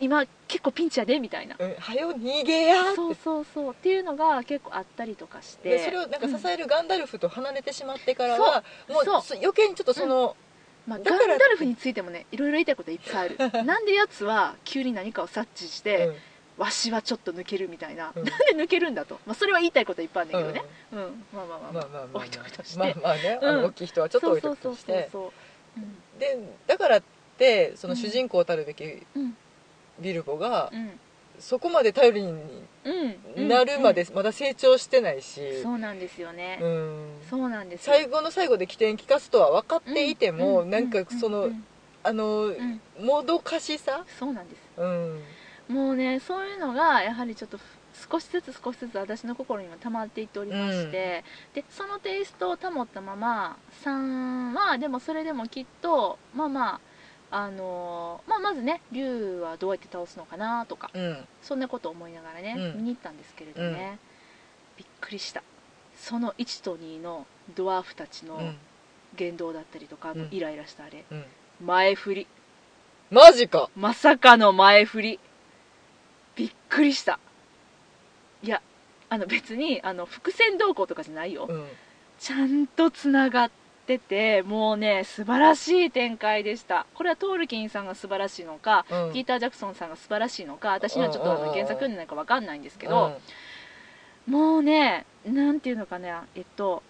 今結構ピンチやでみたいな
うんはよ逃げやって
そうそうそうっていうのが結構あったりとかして
でそれをなんか支えるガンダルフと離れてしまってからは、
そう
もう
そう
そ余計にちょっとその、
まあ、
だ
ガ
か
ン
ら
ダルフについてもねいろいろ言いたいこといっぱい
(laughs)
あるなんでやつは急に何かを察知し
うん
て、わしはちょっと抜けるみたいな、
うん
なんで抜けるんだと、まあ、それは言いたいこといっぱいあるんだけどね、うんまあまあま
う
あ
ん
まあ
まあまあまあまあ
置いとくとして
まあまあね、あ
うん
の大きい人はちょっと置いとく
そうそ
とし
うそう
て
そうそう
でだからってそ
う
の
ん
主人公たるべき
うん
ビルボが、
うん
そこまで頼りに
うんうん
なるまでまだ成長してないし、
うんそうなんですよね、
うん
そうなんですよ
最後の最後で起点聞かすとは分かっていても、
う
なんかその、
うん
あの、
うん
もどかしさ、
そうなんです
うん
もうねそういうのがやはりちょっと少しずつ少しずつ私の心にも溜まっていっておりまして、でそのテイストを保ったまま3はでもそれでもきっとまあまああのーまあ、まずね竜はどうやって倒すのかなとか
うん
そんなことを思いながらね、
うん
見に行ったんですけれどね、びっくりしたその1と2のドワーフたちの
うん
言動だったりとか、あの
うん
イライラしたあれ
うん
前振り
マジか
まさかの前振りびっくりしたいやあの別にあの伏線動向とかじゃないよ、
うん
ちゃんとつながっててもうね素晴らしい展開でしたこれはトールキンさんが素晴らしいのか、
うん
ピーター・ジャクソンさんが素晴らしいのか私にはちょっとあ
うんうんう
の
ん
原作読んでないかわかんないんですけど、もうねなんていうのかねえっと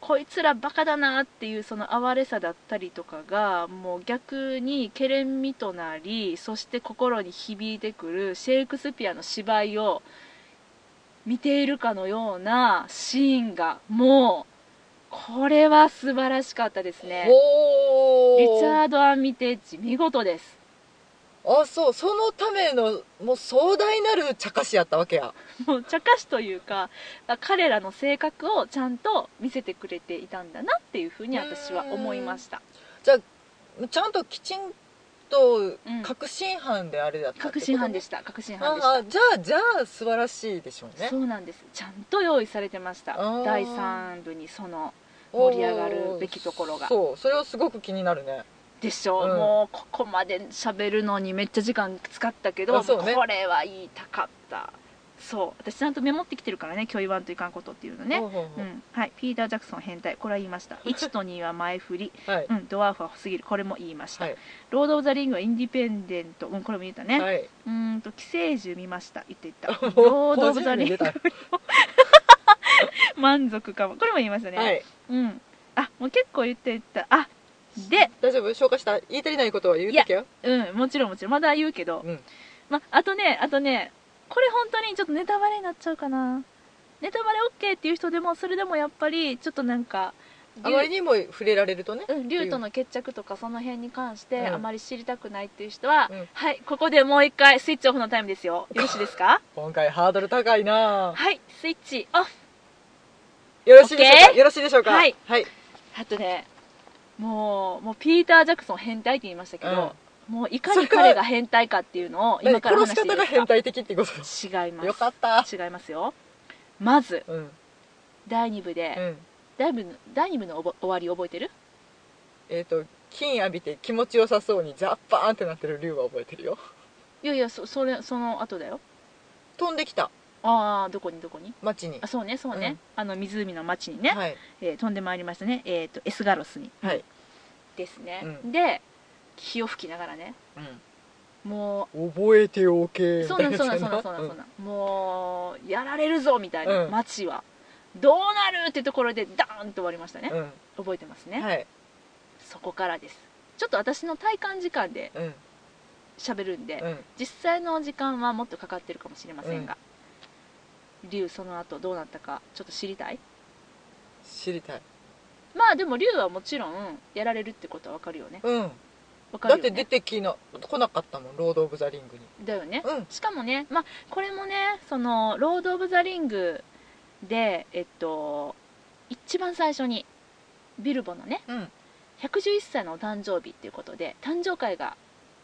こいつらバカだなっていうその哀れさだったりとかがもう逆にけれんみとなりそして心に響いてくるシェイクスピアの芝居を見ているかのようなシーンがもうこれは素晴らしかったですね
ほ
リチャ
ー
ード・アンミテッチ見事です
あそうそのためのもう壮大なる茶化しやったわけや
もう茶化しというか彼らの性格をちゃんと見せてくれていたんだなっていうふうに私は思いました
ちゃんときちんと
うん
確信犯であれだったってこと
確信犯でした確信犯でし
あ
た
あじゃあじゃあ素晴らしいでしょうね
そうなんですちゃんと用意されてました
あー
第3部にその盛り上がるべきところが
おーそうそれはすごく気になるね
でしょう、
うん
もうここまで喋るのにめっちゃ時間使ったけど、
あそうね
これは言いたかったそう私ちゃんとメモってきてるからね今日言わんといかんことっていうのね
ほうほう
う
ほうん
はい、ピーター・ジャクソン変態これは言いました1と2は前振り、
はい
うん、ドワーフは濃すぎるこれも言いました、
はい
ロード・オブ・ザ・リングはインディペンデント、うん、これも言ったね、
はいう
ーんと寄生獣見ました言って
(laughs)
言った
もう
ロード・オブ・ザ・リング
個人名出
満足かもこれも言いましたね、
(laughs) はい
うんあもう結構言って言ったあで
大丈夫消化した言い足りないことは言うときよ
うんもちろんもちろんまだ言うけど、
うん
まあとねあとねこれ本当にちょっとネタバレになっちゃうかなネタバレ OK っていう人でもそれでもやっぱりちょっとなんか
あまりにも触れられるとね
うん、竜との決着とかその辺に関して
うん
あまり知りたくないっていう人は、
うん
はいここでもう一回スイッチオフのタイムです
(laughs)
よよろしいですか
今回ハードル高いな
はいスイッチオフ
よろしいでしょう
OK？
かよろしいでしょうか
はい
はい
あとねもうもうピーター・ジャクソン変態って言いましたけど、もういかに
それ
彼が変態かっていうのを今から
殺
話
し
してい
方
いで
が
すか
変態的ってことです
違います
よかった
違いますよまず
うん
第2部で、
うん
第2部の第2部のおぼ終わり覚えてる
えっと金浴びて気持ちよさそうにザッパーンってなってる竜は覚えてるよ
いやいやそそれその後だよ
飛んできた
ああどこにどこに
街に
あそうねそうね、
うん
あの湖の町にね、
はい
えー飛んでまいりましたね、えー、とエスガロスに
はい
ですね、
う
で火を吹きながらねも
覚えておけ
う
みた
そうな
い
ん
な
そうなんそうなんそうなんそうなん、もうやられるぞみたいな、
うん
街はどうなるってところでダーンと終わりましたね、
うんうん
覚えてますね、
はい
そこからですちょっと私の体感時間で
うん
喋るんで、
うん
実際の時間はもっとかかってるかもしれませんが、竜その後どうなったかちょっと知りたい
知りたい
まあでも竜はもちろんやられるってことはわかるよね
うん
わかるよ
だっ
ね
て出てきな来なかったもんロード・オブ・ザ・リングに
だよね
うん
しかもね、まあ、これもねその「ロード・オブ・ザ・リングで」えっと一番最初にビルボのね
うん
111歳のお誕生日っていうことで誕生会が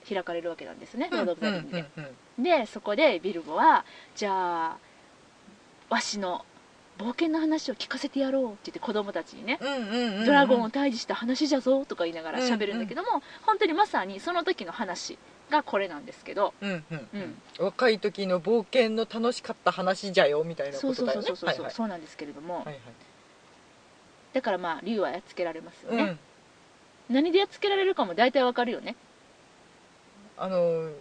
開かれるわけなんですね、ロード・オブ・ザ・リングで、
うんうん
でそこでビルボはじゃあわしの冒険の話を聞かせてやろうって言って子供たちにね、
うんうんうんうん
ドラゴンを退治した話じゃぞとか言いながら喋るんだけども、本当にまさにその時の話がこれなんですけど
うんうんう
うん
ん若い時の冒険の楽しかった話じゃよみたいな
そ
こ
うそ
と
うそ
だよ
う
ね
そうそう、
はいはい
そうなんですけれども、
はいはい
だからまあ竜はやっつけられますよ
う
ね、
ん
何でやっつけられるかも大体わかるよね
あの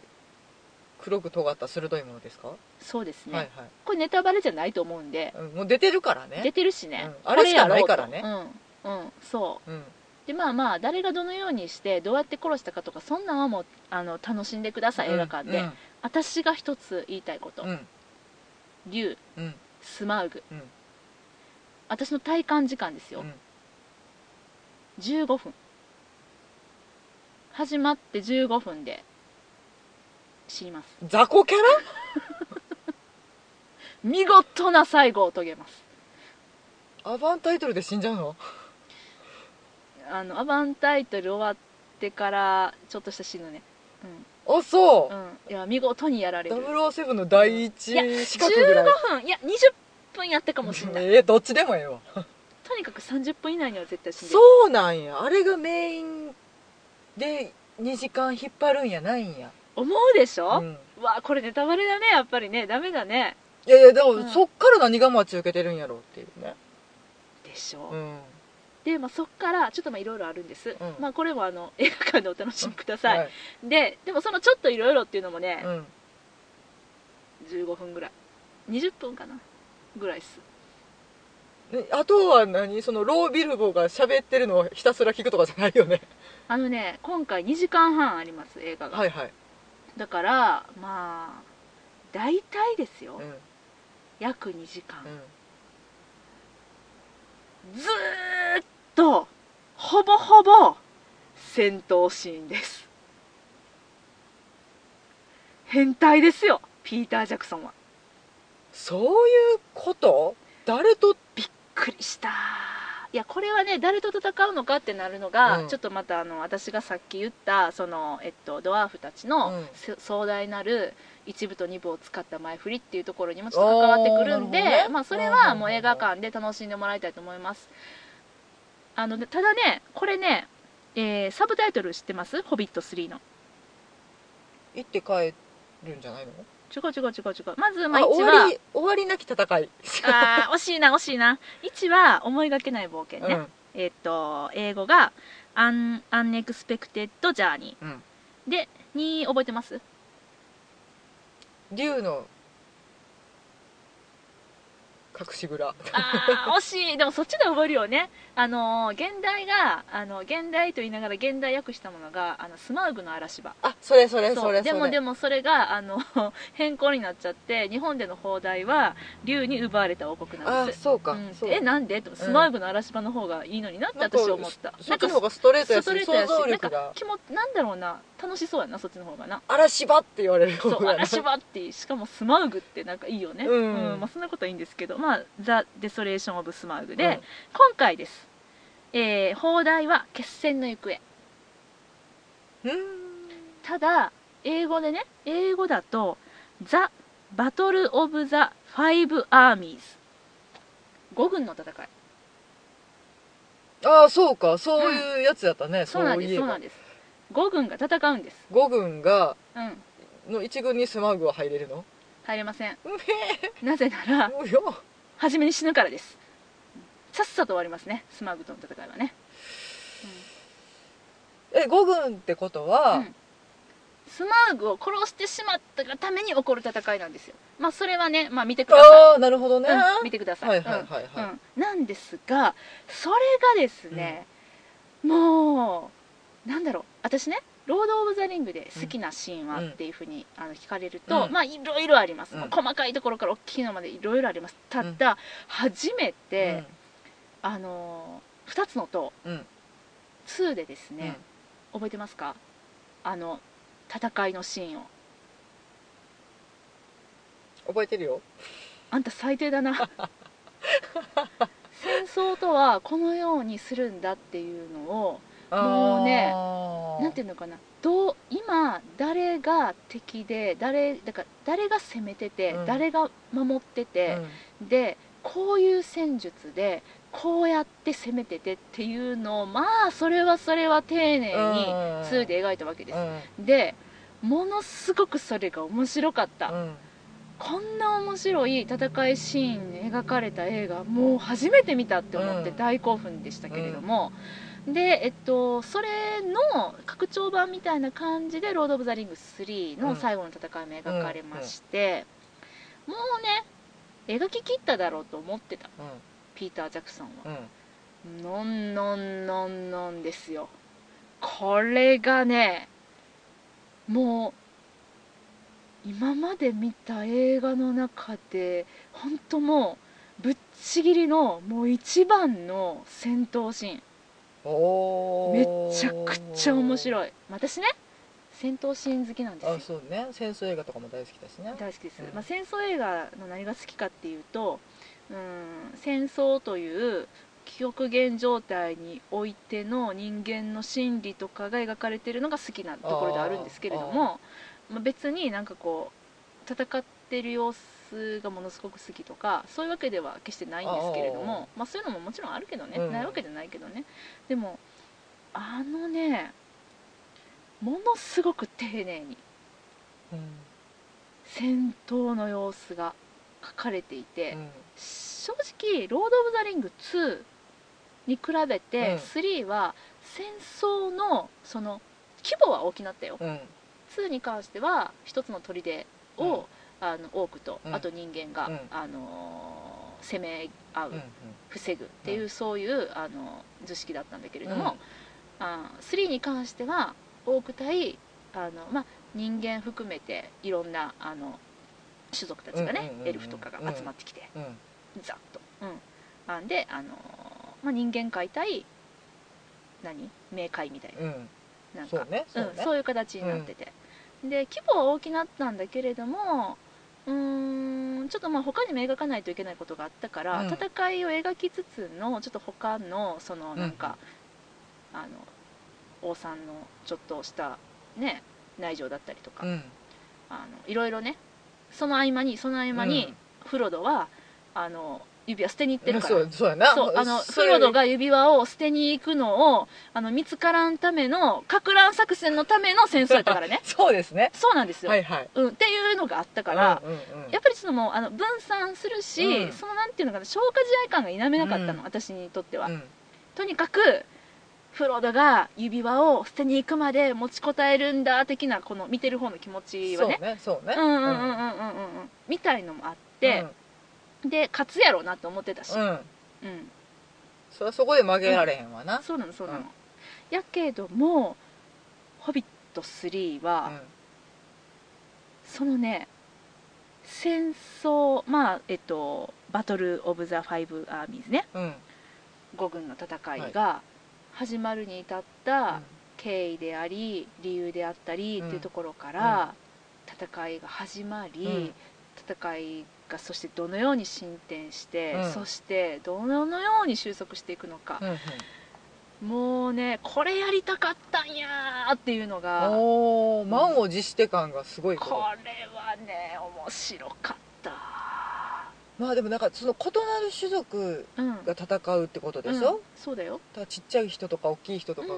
黒く尖った鋭いものですかは
そうです
い
ね、
はい
これネタバレじゃないと思うんで
うんもう出てるから
出
ね
てるしね、
うんあれしか
こやろうと
ないからね
うん、うん、そ
うん
うでまあまあ誰がどのようにしてどうやって殺したかとかそんなんはもうあの楽しんでください映画館で、
うん
私が一つ言いたいこと、
うん
竜
うん
スマウグ、
うん
私の体感時間ですよ、
うん
15分始まって15分で知ります
雑魚キャラ
見事な最後を遂げます
アバンタイトルで死んじゃうの
あのアバンタイトル終わってからちょっとした死ぬね
あそう
う、ん、うん、いや見事にやられる
007の第一
いや
資格ぐら
15
い
分いや20分やったかもしれない
えどっちでもええわ
とにかく30分以内には絶対死んでる
そうなんやあれがメインで2時間引っ張るんやないんや、
思うでし
う
ょ、
ん、
わあこれネタバレだねやっぱりねダメだね
いやいやでも、
うん
そっから何が待ち受けてるんやろうっていうね
でしょ、
うん
で、まあ、そっからちょっとまあいろいろあるんです、
ん
まあ、これもあの映画館でお楽しみください、
はい
ででもそのちょっといろいろっていうのもね
う、ん、
15分ぐらい20分かなぐらいっす
であとは何そのロービルボが喋ってるのをひたすら聞くとかじゃないよね
あのね今回2時間半あります映画が、
はいはい、
だからまあ大体ですよ、
うんうん、
約2時間、ずーっとほぼほぼ戦闘シーンです変態ですよピーター・ジャクソンは
そういうこと誰と
びっくりしたいやこれはね誰と戦うのかってなるのが、
うん
ちょっとまたあの私がさっき言ったその、えっと、ドワーフたちの、
うん
そ壮大なる一部と二部を使った前振りっていうところにもちょっと関わってくるんで
あーなるほどね
まあ、それ
うんうんう
は
ん
もう映画館で楽しんでもらいたいと思いますあのねただねこれね、えーサブタイトル知ってます「ホビット3」の。
行って帰るんじゃないの、
違う違う違う違うまず、ま
あ
あ、1
終
は
わり終わりなき戦い
あー惜しいな惜しいな1は思いがけない冒険 (laughs) ね、
うん
えっと英語がアン「アンエクスペクテッド・ジャーニ
うん
ー」で2覚えてます
竜の隠し蔵
あ
(laughs)
ー惜しいでもそっちで覚えるよねあのー現代があの現代と言いながら現代訳したものがあのスマウグの嵐場
あそれそれ
そう
それそ
で
れ
もでもそれがあの (laughs) 変更になっちゃって日本での放題は竜に奪われた王国な
あ
ん
ー
です
そうか、
うん
そう
えなんでとスマウグの嵐場の方がいいのになって私は思った
そっちの方がストレートや
ス
し
トレートや
想
し
像
なん
力
か
が
気もなんだろうな楽しそうやなそっちの方がな
嵐場って言われる方
そう
がな
嵐はっていうしかもスマウグってなんかいいよね
うん
まあ、そんなことはいいんですけどまあ「ザ・デソレーション・オブ・スマウグで」
うん
今回ですえー、放題は決戦の行方
うーん
ただ英語でね英語だと「ザ・バトル・オブ・ザ・ファイブ・アーミーズ」5軍の戦い
ああそうかそういうやつやったね、
そ
そう
なん
う
で
い
す
え
そうな
ば
んです5軍が戦うんです
5軍が
うん
の1軍にスマウグは入れるの
入れません
うめ
(laughs) なぜなら
えもうよ
初めに死ぬからですさっさと終わりますねスマウグとの戦いはね、
え5軍ってことは、
うんスマウグを殺してしまったがために起こる戦いなんですよまあそれはね、まあ、見てくださ
ああなるほどね、
い、うん見てください、
はいはいはいはい
うんうんなんですがそれがですね、もうなんだろう私ね「ロード・オブ・ザ・リング」で好きなシーンは
うん
っていうふうに、あの聞かれると、
うん
まあいろいろあります、
うん
細かいところから大きいのまでいろいろありますただ、初めて、あのー、2つの塔
うんうん
2でですね、覚えてますかあの戦いのシーンを
覚えてるよ
あんた最低だ
(laughs)
な戦争とはこのようにするんだっていうのをもうねなんていうのかなどう今誰が敵で誰だから誰が攻めてて、
うん
誰が守って
い
て、でこういう戦術でこうやって攻めててっていうのをまあそれはそれは丁寧に2で描いたわけです、でものすごくそれが面白かった、こんな面白い戦いシーンに描かれた映画もう初めて見たって思って
うん
大興奮でしたけれども、で、えっと、それの拡張版みたいな感じで「ロード・オブ・ザ・リング3」の最後の戦いも描かれまして、もうね描ききっただろうと思ってたピーター・ジャクソンは。のんのんのんのんですよこれがねもう今まで見た映画の中で本当もうぶっちぎりのもう一番の戦闘シーンめちゃくちゃ面
い
白い私ね戦闘シーン好きなんですよ
あそうね戦争映画とかも大好きだしね
大好きです、
うん
まあ、戦争映画の何が好きかっていうとうん戦争という極限状態においての人間の心理とかが描かれているのが好きなところであるんですけれどもまあ、別になんかこう戦ってる様子がものすごく好きとかそういうわけでは決してないんですけれど
ああああ
もまあ、そういうのももちろんあるけどね、
うん
ないわけじゃないけどねでもあのねものすごく丁寧に
うん
戦闘の様子が書かれていて、
うん
正直「ロード・オブ・ザ・リング2」に比べ
う
て
ん
3は戦争のその規模は大きなったよ
うん
2に関しては一つの砦を、あの多くと、
うん
あと人間が、
うん
あのー攻め合う、
うん
防ぐっていう、
う
そういうあの図式だったんだけれ
うん
ども、あー3に関しては多く対あの、まあ、人間含めていろんなあの種族たちが
うんうん
ね
うんうん
エルフとかが集まってきて
うんうん
ざっと、うん、あんで、あのーまあ、人間界対何冥界みたい
うん
ななん
そ
か
うねそうね
ん、そういう形になってて、で規模は大きなったんだけれどもうーんちょっとまあ他にも描かないといけないことがあったから、
うん
戦いを描きつつのちょっと他のそのなんか、あの王さんのちょっとしたね内情だったりとか、
うん
あのいろいろねその合間にその合間に、フロドはあの指輪捨てに行って
う
る
ん、
から、
そうそうやな
そうあの
そ
フ
れよ
ロ
り
ドが指輪を捨てに行くのをあの見つからんためのかく乱作戦のための戦争やった
(laughs)
からね
そうですね
そうなんですよ、
はいはい
うん、っていうのがあったから、
うんうんうん
やっぱりそのもうあの分散するし、
うん
そのなんていうのかな消化試合感が否めなかったの、
うん
私にとっては、
うん
とにかくフロードが指輪を捨てに行くまで持ちこたえるんだ的なこの見てる方の気持ちはね
そうねそうね
うんうんうんうんうんうんうんみたいのもあって、で勝つやろうなと思ってたし、
うん、うん、
うん、
そりゃそこで曲げられへんわな、
そうなのそうなの、
うん
やけども「ホビット3は」
うん
そのね戦争まあえっとバトル・オブ・ザ・ファイブ・アーミーズね
うん
5軍の戦いが始まるに至った経緯であり理由であったりっていうところから戦いが始まり、
うん
戦いがそしてどのように進展して、
うん
そしてどのように収束していくのか、
うんうん
もうねこれやりたかったんやーっていうのがこ
おお満を持して感がすごい
れ
けど
はね面白かった
まあでもなんかその異なる種族
うん
が戦うってことでしょ、
うんそうだよ
だからちっちゃい人とか大きい人とかが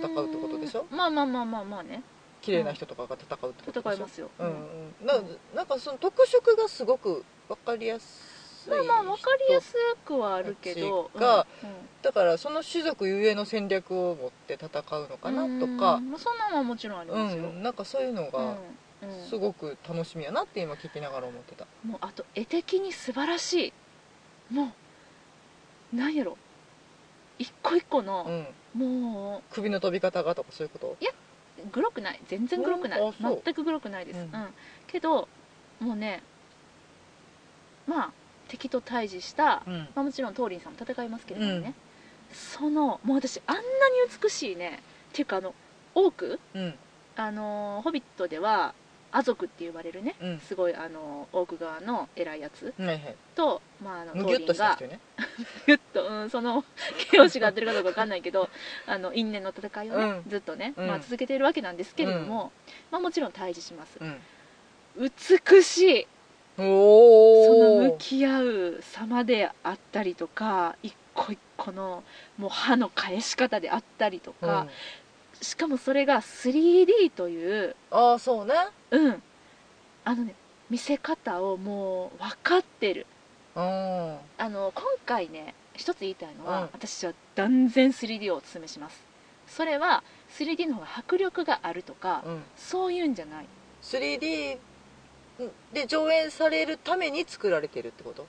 戦うってことでしょ
うんまあまあまあまあまあね
綺麗な人とかが戦うってことでしょ
戦いますよ、
うん
うん
うんななんかその特色がすごく分かりやすい
まあまあ分かりやすくはあるけど
人が
うんうん
だからその種族ゆえの戦略を持って戦うのかなと
う
か
んそんなんはもちろんあり
う
ますよ、うん
んなんかそういうのが
うん
すごく楽しみやなって今聞きながら思ってた
もうあと絵的に素晴らしいもうなんやろ一個一個
う
の、
ん
もう
首の飛び方がとかそういうこと
グロくない全然グロくない
うんあそう
全くグロくないです、う
う
んんけどもうねまあ敵と対峙した、
うん
まあ、もちろんトーリンさんも戦いますけれどもね、そのもう私あんなに美しいねっていうかあの多く
うん
あのーホビット」ではア族って呼ばれるね
うん
すごいあのーオーク側の偉いやつ
はいはい
と、まあ、あのト
むぎ
ー
ゅっ
リン
とした
が
人ね
ギュッと、うん、その形容詞が合ってるかどうかわかんないけどあの因縁の戦いをね、
うん
ずっとね、
うん
まあ、続けているわけなんですけれども、まあ、もちろん対峙します
うん
美しいその
お
向
お
き合う様であったりとか一個一個のもう歯の返し方であったりとか、しかもそれが 3D という、
ああそうね
うん、あのね見せ方をもう分かってる
うん
あの今回ね一つ言いたいのは、
うん
私は断然 3D をお勧めしますそれは 3D の方が迫力があるとか、
うん
そういうんじゃない
3D で上演されるために作られてるってこと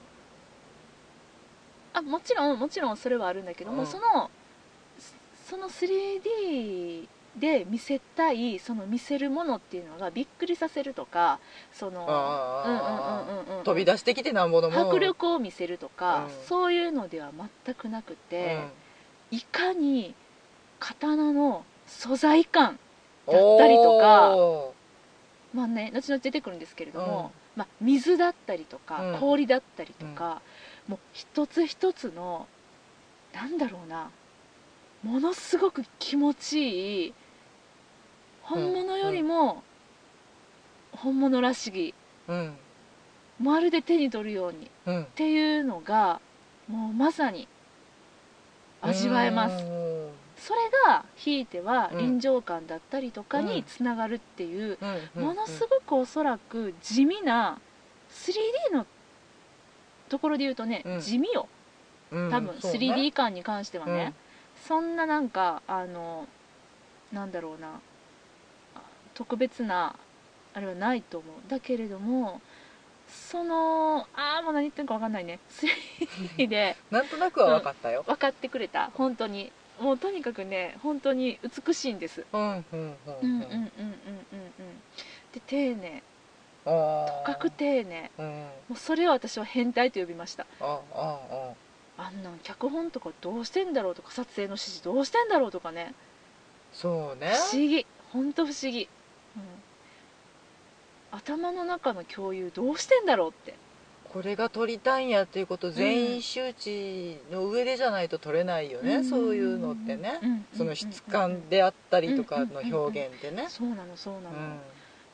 あもちろんもちろんそれはあるんだけども、
うん
そのそその 3D で見せたいその見せるものっていうのがびっくりさせるとかそのうんうん
ああ
うんうんうん
飛び出してきてなんぼのもん
迫力を見せるとか、
うん
そういうのでは全くなく
う
て、
ん
いかに刀の素材感だったりとか
お
まあね後々出てくるんですけれども、
う
まあ、水だったりとか、
うん
氷だったりとか、もう一つ一つのなんだろうなものすごく気持ちいい本物よりも本物らしい
ーうん
まるで手に取るようにっ
うん
ていうのがもうまさに味わえます
うん
それがひいては
うん
臨場感だったりとか
う
に
ん
つながるっていう、
うんうん
ものすごくおそらく地味な 3D のところで言うとね、
うん
地味よ
うん
多分
そうね
3D 感に関してはね、そんななんかあのなんだろうな特別なあれはないと思うだけれどもそのああもう何言ってるか分かんないね 3D で
なんとなくは分かったよ
分かってくれた本当にもうとにかくね本当に美しいんです
うんうんうん
うんうんうんうんうんんで丁寧
あ
とかく丁寧
うん
もうそれを私は変態と呼びました
ああ
あんなん脚本とかどうしてんだろうとか撮影の指示どうしてんだろうとかね
そうね
不思議本当不思議、うん、頭の中の共有どうしてんだろうって
これが撮りたいんやっていうこと全員周知の上でじゃないと撮れないよね、そういうのってね、
うんうんうんうん
その質感であったりとかの表現ってね
そうなのそう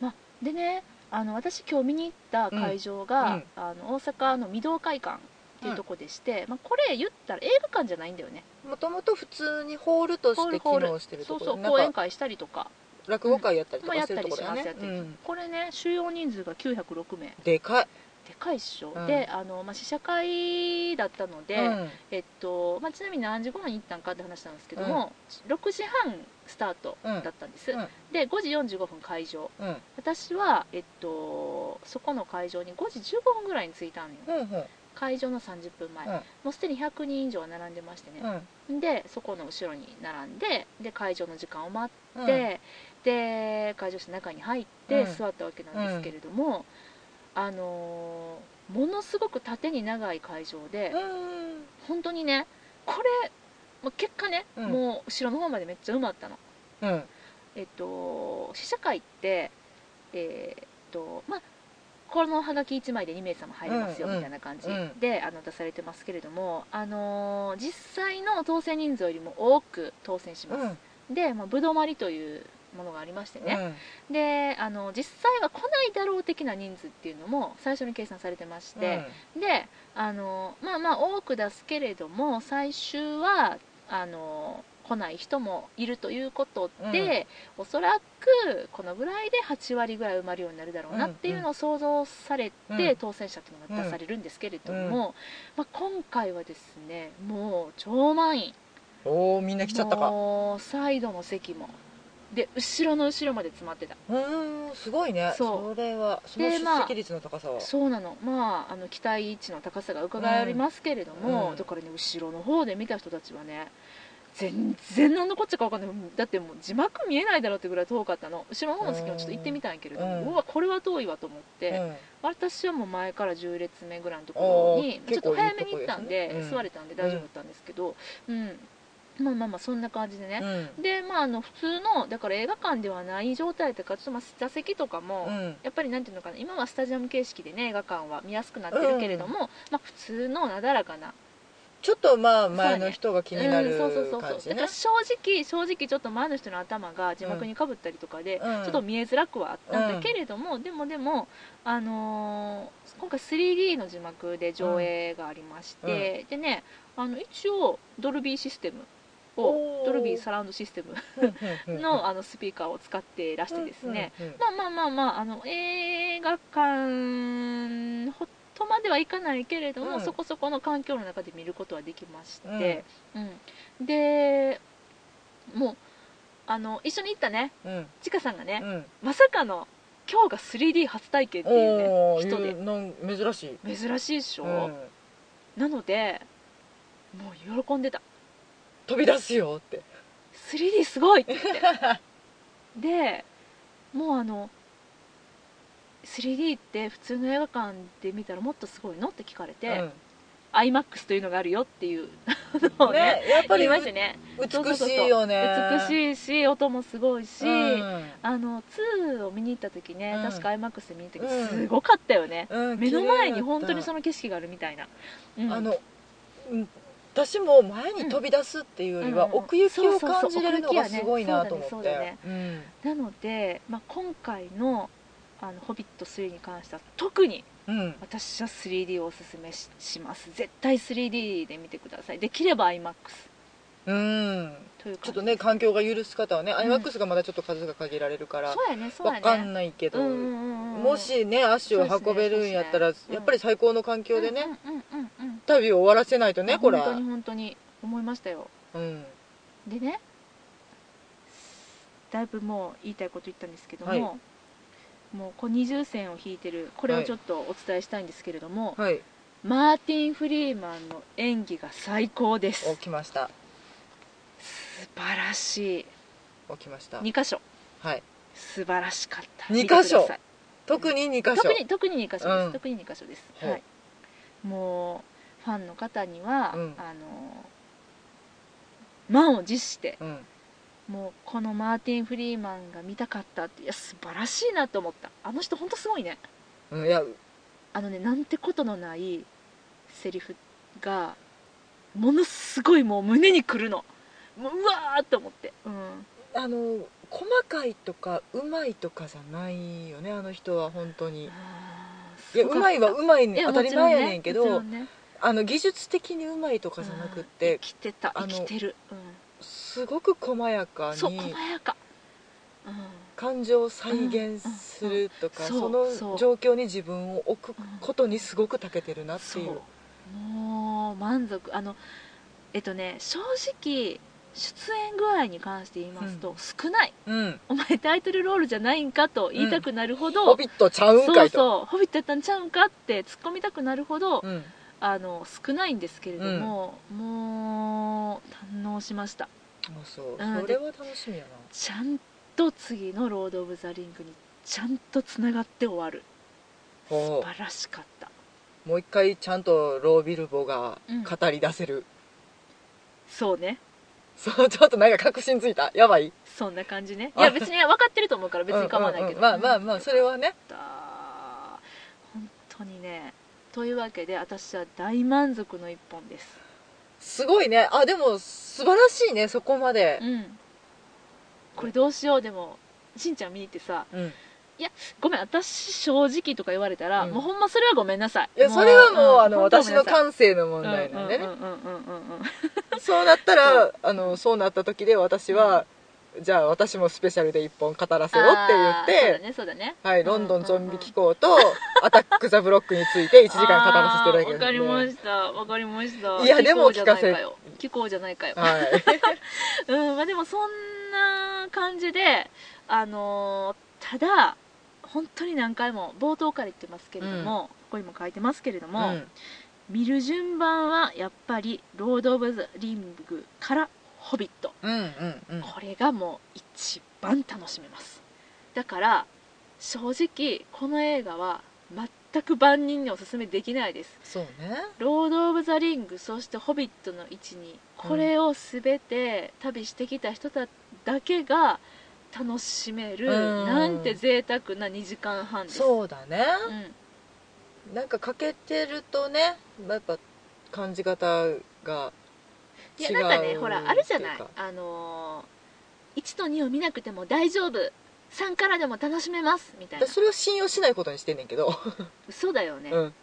なの、
うん
でねあの私今日見に行った会場が、
うん
あの大阪の御堂会館っていうとこでして、まあ、これ言ったら映画館じゃないんだよね
もともと普通にホールとして機能してる
そ
と
う
こ
そ
ろ
う
な
講演
んか
会したりとか、
落語会やったりと
まあ、や
か
った
してると
りし
ころ
ま
だ
すや
よ
った
ね
りします、
うん
これね収容人数が906名
でかい
でかいっしょ、
うん
であの、まあ、試写会だったので、
うん
えっとまあ、ちなみに何時ご飯行ったんかって話なんですけども、6時半スタートだったんです、
うんうん
で5時45分会場
うん
私は、えっと、そこの会場に5時15分ぐらいに着いたのよ
うんうん
会場の30分前、
うん
もうすでに100人以上並んでましてね、でそこの後ろに並んでで会場の時間を待
うん
って、で会場室の中に入って
うん
座ったわけなんですけれども、あのーものすごく縦に長い会場で、
うん
本当にねこれ、まあ結果ね、
うん
もう後ろの方までめっちゃ埋まったの
うん
えっと試写会ってえーっとまあこのハガキ1枚で2名様入りますよ
うんうん
みたいな感じ
うん
で、あの出されてますけれども、あのー実際の当選人数よりも多く当選し
う
ま
ん
す、で、まあ、ぶどまりというものがありましてね、
うん
であの実際は来ないだろう的な人数っていうのも最初に計算されてまして、であのまあまあ多く出すけれども最終はあの来ない人もいるということで、おそらくこのぐらいで8割ぐらい埋まるようになるだろうなっていうのを想像され
う
て
ん
当選者っていうのが出されるんですけれども、まあ、今回はですねもう超満員
おおみんな来ちゃったか
もうサイドの席もで後ろの後ろまで詰まってた
うんすごいね
そ
それはその
で
出
まあ
席率の高さは
そうなのまああの期待値の高さが伺えますけれども、
うん
だからね後ろの方で見た人たちはね全然何のこっちゃか分かんないだってもう字幕見えないだろうってぐらい遠かったの後ろの方の席もちょっと行ってみたんやけれども、う
うん
わこれは遠いわと思って、
うん
私はもう前から10列目ぐらいのところに
あー
ちょっと早めに
結構
行っ
いい
た
と
ん
こ
で
ですねうん
座れたんで大丈夫だったんですけどうん、まあまあまあそんな感じでね、
うん
でまああの普通のだから映画館ではない状態というかちょっとまあ座席とかも、
うん
やっぱりなんていうのかな今はスタジアム形式でね映画館は見やすくなってるけれども、まあ、普通のなだらかな
ちょっとまあ
ね
前の人が気にな
うん
る
そうそうそう
感
そう
じ
だから
ね
正直正直ちょっと前の人の頭が字幕にかぶったりとかで、
うん
ちょっと見えづらくはあったんだけれども、でもでも、あのー今回 3D の字幕で上映がありまして、でねあの一応ドルビーシステムを
おー
ドルビーサラウンドシステムのあのスピーカーを使ってらしてですね、
うんうんうん
まあまあまあまああの映画館ほとまではいかないけれども、
うん
そこそこの環境の中で見ることはできまして、うんでもうあの一緒に行ったね
うん
ちかさんがね、
うん
まさかの今日が 3D 初体験っていう
お
ね
ー
人で
いうの珍しい
珍しいでしょ、
うん
なのでもう喜んでた
飛び出すよって
3D すごいって言ってでもうあの 3D って普通の映画館で見たらもっとすごいのって聞かれて、
うん
(laughs) IMAX というのがあるよっていうのをね
ねやっぱ
言
り
いましたねそうそう
美し
そう
いよね
美しいし音もすごいし、
うん
あの2を見に行った時ね、
うん
確か IMAX で見に行った時、
うん
すごかったよね、
うん
目の前に本当に
綺麗だ
そ
っ
の景色があるみたいな、うん
たあのうん私も前に飛び出すっていうよりは、
うんうんうん
奥行き
そう
を
そうそう
感じれるのがすごいなと思って
奥行きやね
うん
なので、まあ、今回の「あのホビット3」に関しては特に
うん
私は 3D をおすすめしします絶対 3D で見てくださいできれば IMAX
うん
というか
ちょっとね環境が許す方はね、
ん
iMAX がまだちょっと数が限られるから
そうやねそうや
わ
ね
かんないけど、
うんうんうんうん
もしね足を運べるんやったら、
そうですねそうですね
やっぱり最高の環境でね、
うんうんうんうんうん
旅を終わらせないとねこれ
本当に本当に思いましたよ
うん
でねだいぶもう言いたいこと言ったんですけども、
はい
もうこう二重線を引いてるこれをちょっとお伝えしたいんですけれども、
はい
マーティン・フリーマンの演技が最高です
起きました
素晴らし
起きまし
い
た
2箇所
はい
素晴らしかった
二
見
箇所
てください
特に2箇所
特に特に2箇所です、
うん
特に2箇所です、
ほう
はい、もうファンの方には、
うん
あの満を持して
うん
もうこのマーティン・フリーマンが見たかったっていや素晴らしいなと思ったあの人本当すごいね
うん、いや
あのねなんてことのないセリフがものすごいもう胸にくるのもううわーっと思ってうん
あの細かいとかうまいとかじゃないよねあの人は本当にいやうまいはうまいね当たり前やねんけどあの技術的にうまいとかじゃなくって、
生きてた
あ
生き
の
てる、
すごく細や
う
か
ん、そう
に
細やか、うん、
感情を再現するとか、
うんうんそう
そ
そう
の状況に自分を置くことにすごく長けてるなって
そ
いう
うもう満足あのえっとね正直出演具合に関して言いますと、
うん
少ない
うん
お前タイトルロールじゃないんかと言いたくなるほ
「
ど、
ホビットちゃうんか
そう
い」と
そう「ホビットやったんちゃうんか?」って突っ込みたくなるほど、
うん
あの少ないんですけれども、もう堪能しました
あそう
うん
それは楽しみやな
ちゃんと次の「ロード・オブ・ザ・リング」にちゃんとつながって終わる素
ほ
晴らしかった
うもう一回ちゃんとロービルボが語り出せる、
そうね
そうちょっとなんか確信ついたやばい
そんな感じねいや別にいや分かってると思うから別に構わないけど、
うんうんうんまあまあまあそれはね
った本当にねというわけで私は大満足の一本です
すごいねあでも素晴らしいねそこまで
うんこれどうしようでもしんちゃん見に行ってさ
うん、い
「ごめん私正直」とか言われたら、
うん
もうほんまそれはごめんなさい
やそれはもう、
ん
あの
本当はご
私
めんな
の
さい
感性の問題なんでね、
うんうんうんうんうんうん
そうなったら
そ
あのそうなった時で私は、じゃあ私もスペシャルで一本語らせろって言
あ
っ
ーそうだ
て、
ねそうだね
はい、ロンドンゾンビ機構と、 (laughs) アタック・ザ・ブロックについて1時間語らせてるだけ
あー
で
わかりま
す、ね。
したわかりました
いやでも
聞こう
聞か
じゃな
せ
いかよ聞こうじゃないかよ
はい、
うんまあでもそんな感じであのーただ本当に何回も冒頭から言ってますけれども、ここにも書いて (laughs) ますけれども、
うん
見る順番はやっぱり「ロード・オブ・ザ・リング」から「ホビット
うんうんう」ん
これがもう一番楽しめますだから正直この映画は全く万人におすすめできないです
そうね
ロード・オブ・ザ・リングそして「ホビット」の位置にこれを全て旅してきた人ただけが楽しめる、
うん
なんて贅沢な2時間半です
そうだね、
うん
なんか欠けてるとねやっぱ感じ方が
い
違う
やなんかねほらあるじゃない
ってうか
あのー、1と2を見なくても大丈夫3からでも楽しめますみたいな
私それを信用しないことにしてんねんけど、
嘘だよね、
うん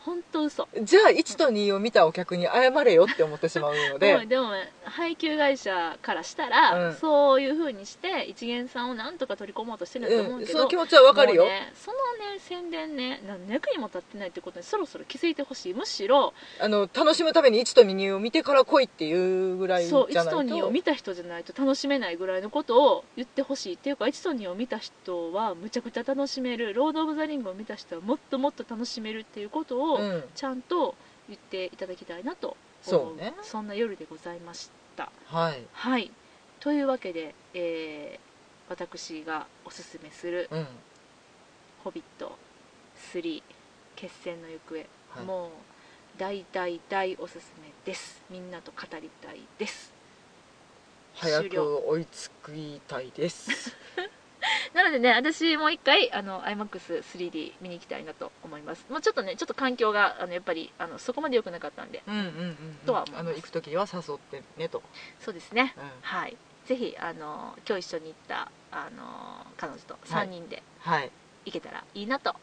本当嘘
じゃあ1と2を見たお客に謝れよって思ってしまうの
で
で
もでも配給会社からしたら、
うん
そういうふうにして一元さんをなんとか取り込もうとしてるんだと思う
うん
け
そ
ど、
の気持ちはわかるよ、
もうね、そのね宣伝ね何の役にも立ってないってことにそろそろ気づいてほしいむしろ
あの楽しむために1と2を見てから来いっていうぐらいじゃ
そう
ない
1
と
と2を見た人じゃないと楽しめないぐらいのことを言ってほしいっていうか1と2を見た人はむちゃくちゃ楽しめるロード・オブ・ザ・リングを見た人はもっともっと楽しめるっていうこと
う
を
ん
ちゃんと言っていただきたいなと思
そうね
そんな夜でございました
はい
はいというわけで、えー私がおすすめする
うん
「ホビット3決戦の行方」
はい
もう大大大おすすめですみんなと語りたいです
早
終了
く追いつきたいです
なのでね私もう一回あの iMAX3D 見に行きたいなと思いますもうちょっとねちょっと環境があのやっぱりあのそこまで良くなかったんで
うんうんうん、うん、
とは思います
あの行く時は誘ってねと、
そうですね
うん、
はいぜひあの今日一緒に行ったあの彼女と3人で
はい
行けたらいいなと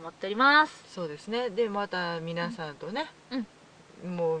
思っております、
そうですねでまた皆さんとね、
うん
もう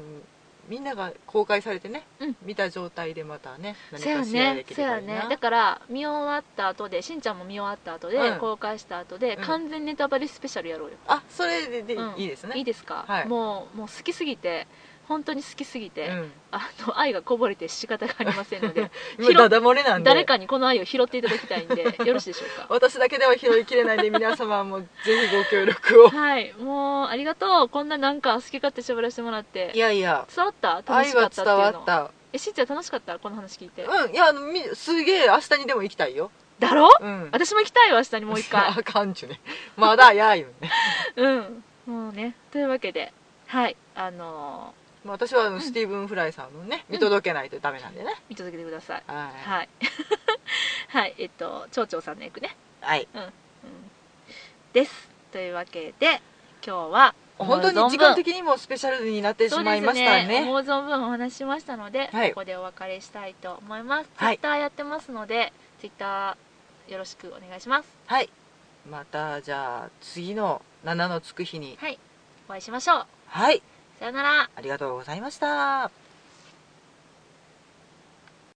みんなが公開されてね、
うん
見た状態でまたね何
そうや
かシェアで
ね
き
そ
れ
う
ば
や
いい
ね
な
だから見終わった後でしんちゃんも見終わった後で、
うん
公開した後で、
うん
完全ネタバレスペシャルやろうよ、
あそれででいい,、
うん
ですね
いいですか、
はい
もうもう好きすぎて本当に好きすぎて、
うん
あの愛がこぼれて仕方がありませんので
今ダダ漏れ (laughs) なんで
誰かにこの愛を拾っていただきたいん
(laughs)
でよろしいでしょうか
私だけでは拾いきれないんで皆様もぜひご協
(laughs)
力を
はいもうありがとうこんななんか好き勝手しゃべらせてもらって
いやいや
伝わった楽
愛
しか
は
ったっ
伝
ていうの
わった
えしんちゃん楽しかったこの話聞いて、
うんいやあのみすげえ明日にでも行きたいよ
だろ
うん
私も行きたいわ明日にもう一回
(laughs) あかんちゅねまだやいよね
うんもうねというわけではいあの
まあ私はあのスティーブン・フライさんのね見届けないとダメなんでね
ー見届けてください
は
はいはい (laughs) えっと町長さんの役ね、
いはい
うん、ですというわけで今日は
本当に時間的にもスペシャルになってし
そう
ま
で
い
す
ました
ね
ね
思う存分お話ししましたので、
はい
ここでお別れしたいと思います、
はい
Twitter やってますので Twitter よろしくお願いします
はいまたじゃあ次の7のつく日に
はいお会いしましょう
はい
さよなら
ありがとうございました